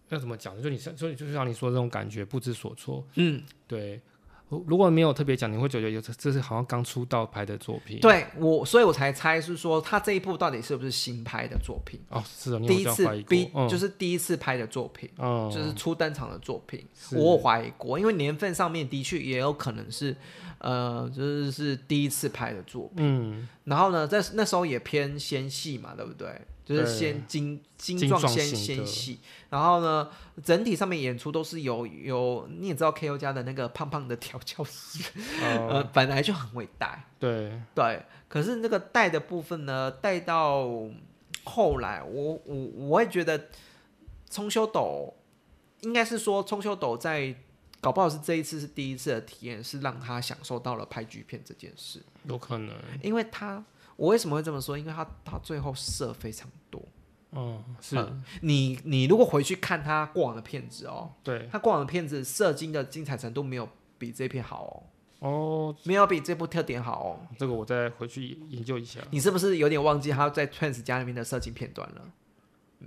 Speaker 2: 要怎么讲？就你像就就像你说的这种感觉，不知所措。
Speaker 1: 嗯，
Speaker 2: 对，如如果没有特别讲，你会觉得有这这是好像刚出道拍的作品。
Speaker 1: 对我，所以我才猜是说他这一部到底是不是新拍的作品，
Speaker 2: 哦，是的，你
Speaker 1: 第
Speaker 2: 有
Speaker 1: 一
Speaker 2: 这样
Speaker 1: 次
Speaker 2: 怀疑
Speaker 1: 第
Speaker 2: 过，
Speaker 1: 就是是第一次拍的作品。
Speaker 2: 嗯，
Speaker 1: 就是初登场的作品，
Speaker 2: 是
Speaker 1: 我有怀疑过，因为年份上面的确也有可能是，呃，就是是第一次拍的作品。
Speaker 2: 嗯，
Speaker 1: 然后呢，在那时候也偏纤细嘛，对不对？就是
Speaker 2: 对
Speaker 1: 先精精
Speaker 2: 精
Speaker 1: 壮
Speaker 2: 壮
Speaker 1: 纤
Speaker 2: 型
Speaker 1: 纤
Speaker 2: 的
Speaker 1: 细，然后呢，整体上面演出都是有有，你也知道 KO 家的那个胖胖的调教师，
Speaker 2: 哦
Speaker 1: 呃，本来就很会带，
Speaker 2: 对，
Speaker 1: 对，可是那个带的部分呢，带到后来，我我我会觉得冲修斗应该是说冲修斗在搞不好是这一次是第一次的体验，是让他享受到了拍剧片这件事，
Speaker 2: 有可能，
Speaker 1: 因为他我为什么会这么说？因为他他最后射非常多，
Speaker 2: 嗯，是，
Speaker 1: 嗯你你如果回去看他过往的片子哦，
Speaker 2: 对，
Speaker 1: 他过往的片子射精的精彩程度没有比这片好哦，
Speaker 2: 哦，
Speaker 1: 没有比这部特点好哦。
Speaker 2: 这个我再回去研究一下。
Speaker 1: 你是不是有点忘记他在 Trans 家里面的射精片段了？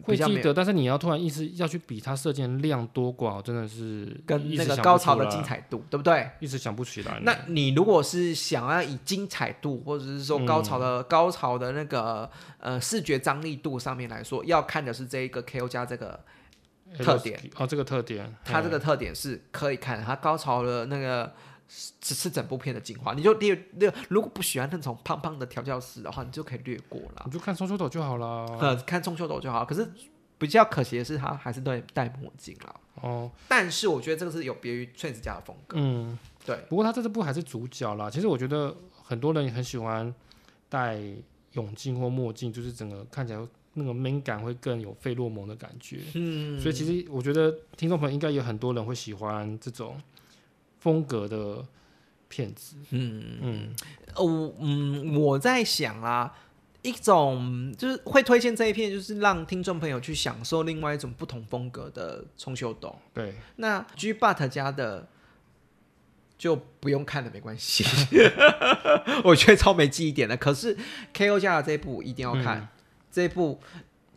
Speaker 2: 会
Speaker 1: 比较
Speaker 2: 记
Speaker 1: 没有
Speaker 2: 得，但是你要突然意识要去比它射箭量多寡，真的是
Speaker 1: 跟
Speaker 2: 一
Speaker 1: 那
Speaker 2: 时
Speaker 1: 个
Speaker 2: 想
Speaker 1: 高
Speaker 2: 不
Speaker 1: 潮
Speaker 2: 出
Speaker 1: 的
Speaker 2: 来嗯
Speaker 1: 精，彩度，对不对？
Speaker 2: 一直想不起来。
Speaker 1: 那你如果是想要以精彩度，或者是说高潮
Speaker 2: 嗯
Speaker 1: 的、高潮的那个呃视觉张力度上面来说，要看的是这一个 KO 加这个，特点
Speaker 2: 哦，这个特点，
Speaker 1: 它这个特点是可以看它高潮的那个是只是整部片的精华。你就略略，如果不喜欢那种胖胖的调教师的话，你就可以略过了
Speaker 2: 你，就看《双修斗》就好啦。
Speaker 1: 啊呃，看中秀斗就好。可是比较可惜的是，他还是戴戴墨镜啦。
Speaker 2: 哦，
Speaker 1: 但是我觉得这个是有别于 Trans 家的风格。
Speaker 2: 嗯，
Speaker 1: 对，
Speaker 2: 不过他这部还是主角啦。其实我觉得很多人也很喜欢戴泳镜或墨镜，就是整个看起来那个 man 感会更有费洛蒙的感觉。
Speaker 1: 嗯，
Speaker 2: 所以其实我觉得听众朋友应该有很多人会喜欢这种风格的片子。
Speaker 1: 嗯，
Speaker 2: 嗯，
Speaker 1: 呃，我嗯，我在想啊，一种嗯就是会推荐这一片，就是让听众朋友去享受另外一种不同风格的冲修斗。
Speaker 2: 对，
Speaker 1: 那 G But 家的就不用看了，没关 系。我觉得超没记忆点的，可是 KO 家的这一部一定要看，这一部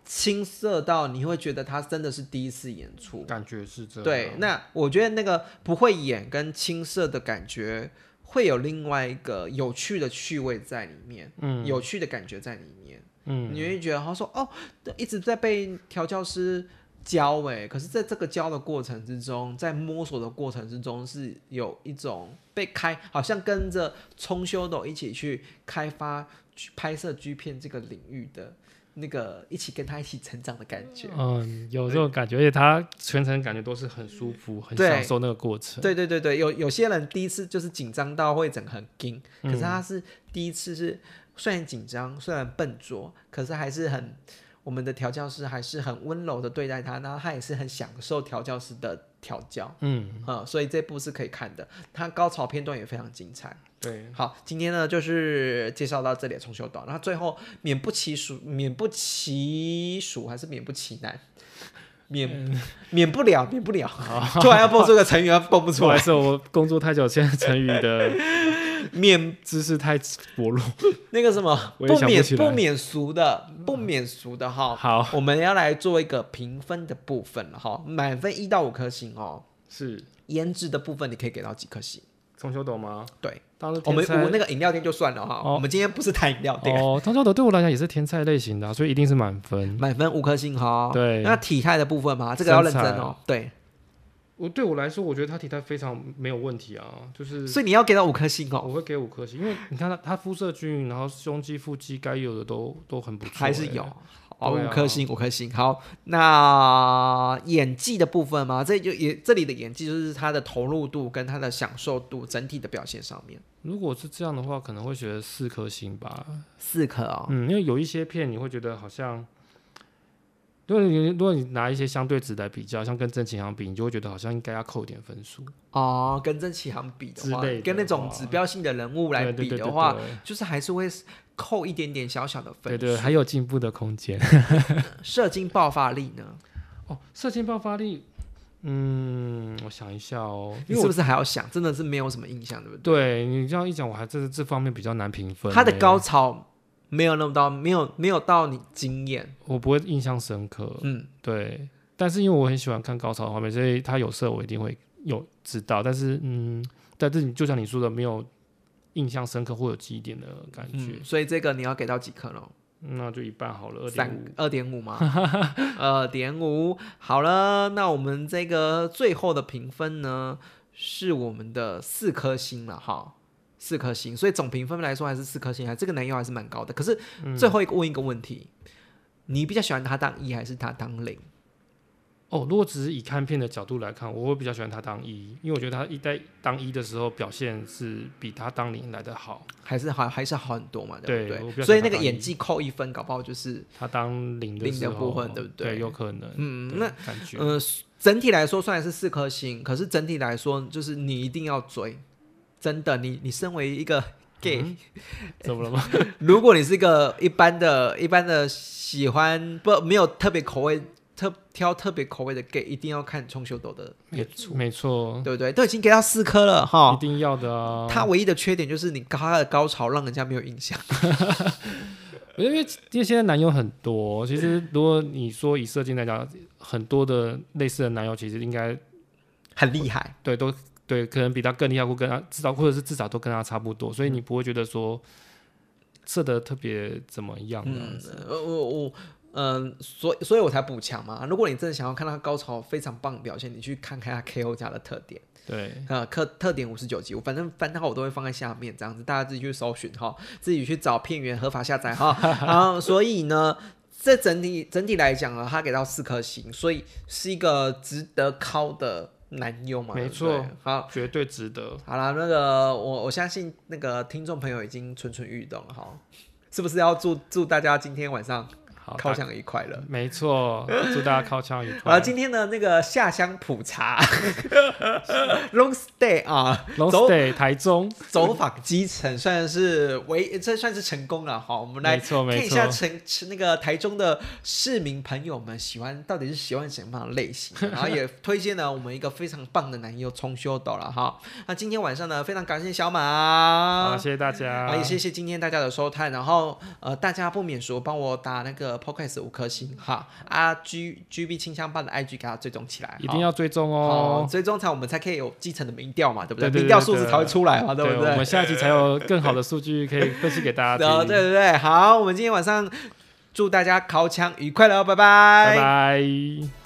Speaker 1: 青涩到你会觉得他真的是第一次演出。
Speaker 2: 感觉是这样。
Speaker 1: 对，那我觉得那个不会演跟青涩的感觉，会有另外一个有趣的趣味在里面，
Speaker 2: 嗯
Speaker 1: 有趣的感觉在里面。
Speaker 2: 嗯，
Speaker 1: 你会觉得他说哦，一直在被调教师教诶，可是在这个教的过程之中，在摸索的过程之中，是有一种被开，好像跟着冲修斗一起去开发去拍摄 G 片这个领域的那个，一起跟他一起成长的感觉。
Speaker 2: 嗯，有这种感觉，而且他全程感觉都是很舒服，很
Speaker 1: 对
Speaker 2: 享受那个过程。
Speaker 1: 对对对对，有有些人第一次就是紧张到会整个很惊，可是他是第一次是虽然紧张，虽然笨拙，可是还是很我们的调教师还是很温柔的对待他，然后他也是很享受调教师的调教，
Speaker 2: 嗯，
Speaker 1: 嗯，所以这部是可以看的，他高潮片段也非常精彩。
Speaker 2: 对，
Speaker 1: 好，今天呢就是介绍到这里，重修短，然后最后免不其数，免不其数还是免不其难，免免不了，免不了。突然要蹦出个成语，要蹦不
Speaker 2: 不
Speaker 1: 出
Speaker 2: 好意
Speaker 1: 来，
Speaker 2: 思，我工作太久，现在成语的
Speaker 1: 免
Speaker 2: 知识太薄弱。
Speaker 1: 那个什么，
Speaker 2: 我也
Speaker 1: 不
Speaker 2: 想不
Speaker 1: 免
Speaker 2: 起来嗯
Speaker 1: 不免俗的，不免俗的哈。
Speaker 2: 好，
Speaker 1: 我们要来做一个评分的部分了哈，满分一到五颗星哦。
Speaker 2: 是
Speaker 1: 颜值的部分你可以给到几颗星？
Speaker 2: 中秋斗吗？
Speaker 1: 对，
Speaker 2: 当然
Speaker 1: 我们我
Speaker 2: 哦那
Speaker 1: 那个饮料店就算了哈，
Speaker 2: 哦
Speaker 1: 我们今天不是谈饮料店，
Speaker 2: 哦，中秋斗对我来讲也是甜菜类型的啊、所以一定是满分。
Speaker 1: 满分五颗星哈。
Speaker 2: 对
Speaker 1: 那体态的部分嘛，这个要认真
Speaker 2: 身
Speaker 1: 哦。对，
Speaker 2: 我对我来说，我觉得他体态非常没有问题啊，就是
Speaker 1: 所以你要给到五颗星哦，
Speaker 2: 我会给五颗星，因为你看他他肤色均匀，然后胸肌、腹肌该有的都都很不错、
Speaker 1: 还是有
Speaker 2: 欸。。
Speaker 1: 哦，
Speaker 2: 对啊
Speaker 1: 五颗星，五颗星。好，那演技的部分嘛，这就也这里的演技就是他的投入度跟他的享受度整体的表现上面，
Speaker 2: 如果是这样的话，可能会觉得四颗星吧。
Speaker 1: 四颗哦。
Speaker 2: 嗯，因为有一些片你会觉得好像，如果你如果你拿一些相对值来比较，像跟真情相比，你就会觉得好像应该要扣点分数
Speaker 1: 哦，跟曾启航比
Speaker 2: 之
Speaker 1: 的话
Speaker 2: 类的，
Speaker 1: 跟那种
Speaker 2: 话
Speaker 1: 指标性的人物来比的话，，就是还是会扣一点点小小的
Speaker 2: 对对对对对
Speaker 1: 分
Speaker 2: 对，
Speaker 1: 数。
Speaker 2: 还有进步的空间。
Speaker 1: 射精爆发力呢？
Speaker 2: 哦，射精爆发力，嗯，我想一下哦，
Speaker 1: 你
Speaker 2: 因为
Speaker 1: 是
Speaker 2: 我
Speaker 1: 不是还要想？真的是没有什么印象，对不对？
Speaker 2: 对你这样一讲，我还真是这方面比较难评分欸。
Speaker 1: 他的高潮没有那么到，没有没有到你惊艳，
Speaker 2: 我不会印象深刻，
Speaker 1: 嗯，
Speaker 2: 对。但是因为我很喜欢看高潮的画面，所以他有色我一定会有知道。但是嗯，但是你就像你说的，没有印象深刻或有记忆点的感觉，
Speaker 1: 嗯所以这个你要给到几颗呢？
Speaker 2: 那就一半好了，二点
Speaker 1: 三
Speaker 2: 五。
Speaker 1: 二点五嘛， 二点五。好了，那我们这个最后的评分呢，是我们的四颗星了哈，四颗星。所以总评分来说还是四颗星，还这个男优还是蛮
Speaker 2: 嗯
Speaker 1: 高的。可是最后一个问一个问题，你比较喜欢他当一还是他当零？
Speaker 2: 哦，如果只是以看片的角度来看，我会比较喜欢他当一，因为我觉得他一在当一的时候表现是比他当零来的好，
Speaker 1: 还是好还是好很多嘛，
Speaker 2: 对
Speaker 1: 不
Speaker 2: 我
Speaker 1: 对？
Speaker 2: 比较喜欢
Speaker 1: 所以那
Speaker 2: 他
Speaker 1: 个
Speaker 2: 当
Speaker 1: 演
Speaker 2: 一
Speaker 1: 技扣一分，搞不好就是
Speaker 2: 他当零的
Speaker 1: 零
Speaker 2: 时
Speaker 1: 的
Speaker 2: 候，
Speaker 1: 部分对不对
Speaker 2: 对？有可能，
Speaker 1: 嗯，
Speaker 2: 对
Speaker 1: 那
Speaker 2: 感觉，
Speaker 1: 呃，整体来说虽然是四颗星，可是整体来说就是你一定要追，真的，你你身为一个 gay，、
Speaker 2: 嗯怎么了吗？
Speaker 1: 如果你是一个一般的、一般的喜欢不没有特别口味、特挑特别口味的 gay，一定要看冲秀斗的
Speaker 2: 没
Speaker 1: 演
Speaker 2: 错， 没错，
Speaker 1: 对不对？都已经给到四颗了
Speaker 2: 一
Speaker 1: 哈。
Speaker 2: 定要的啊。
Speaker 1: 他唯一的缺点就是你高他的高潮让人家没有印象。
Speaker 2: 因为因为现在男友很多，其实如果你说以射精来讲，很多的类似的男友其实应该
Speaker 1: 很厉害，
Speaker 2: 对都对，可能比他更厉害，或跟他至少或者是至少都跟他差不多，所以你不会觉得说射的特别怎么样这样
Speaker 1: 嗯
Speaker 2: 子。，
Speaker 1: 我我我，嗯，所以所以我才补强嘛。如果你真的想要看他高潮非常棒的表现，你去看看他 KO 家的特点。
Speaker 2: 对，
Speaker 1: 呃，特特点五十九集，我反正翻到我都会放在下面，这样子大家自己去搜寻哈，自己去找片源合法下载 哈。然后所以呢，这整体整体来讲啊，他给到四颗星，所以是一个值得敲的男优嘛，
Speaker 2: 没
Speaker 1: 对不对
Speaker 2: 错。
Speaker 1: 好，
Speaker 2: 绝对值得。
Speaker 1: 好啦，那个我我相信那个听众朋友已经蠢蠢欲动了哈，是不是要祝祝大家今天晚上
Speaker 2: 好，
Speaker 1: 敲
Speaker 2: 大
Speaker 1: 响愉快了？
Speaker 2: 没错，祝大家靠枪愉
Speaker 1: 好了，
Speaker 2: 快。
Speaker 1: 今天的那个下乡普查 ，long stay 啊。
Speaker 2: Long stay 台中，
Speaker 1: 走访基层算是为这算是成功了哈。我们来
Speaker 2: 没
Speaker 1: 看
Speaker 2: 错没
Speaker 1: 一下
Speaker 2: 错，
Speaker 1: 成成那个台中的市民朋友们喜欢到底是喜欢什么样的类型， 然后也推荐了我们一个非常棒的男优冲修斗了哈。那今天晚上呢，非常感谢小
Speaker 2: 好，
Speaker 1: 马。
Speaker 2: 谢谢大家
Speaker 1: 啊，，也谢谢今天大家的收看，然后呃，大家不免俗，帮我打那个 podcast 五颗星哈，R G G B 清香棒的 I G 给它追踪起来，
Speaker 2: 一定要追踪
Speaker 1: 哦
Speaker 2: 哦，。
Speaker 1: 追踪才我们才可以有基层的民调嘛，对不
Speaker 2: 对对对
Speaker 1: 民调数字才会
Speaker 2: 对
Speaker 1: 出来嘛，不对？
Speaker 2: 我们下一集才有更好的数据可以分析给大
Speaker 1: 然
Speaker 2: 家
Speaker 1: 后哦
Speaker 2: 听。
Speaker 1: 对对对，好，我们今天晚上祝大家烤枪愉快喽，拜
Speaker 2: 拜拜。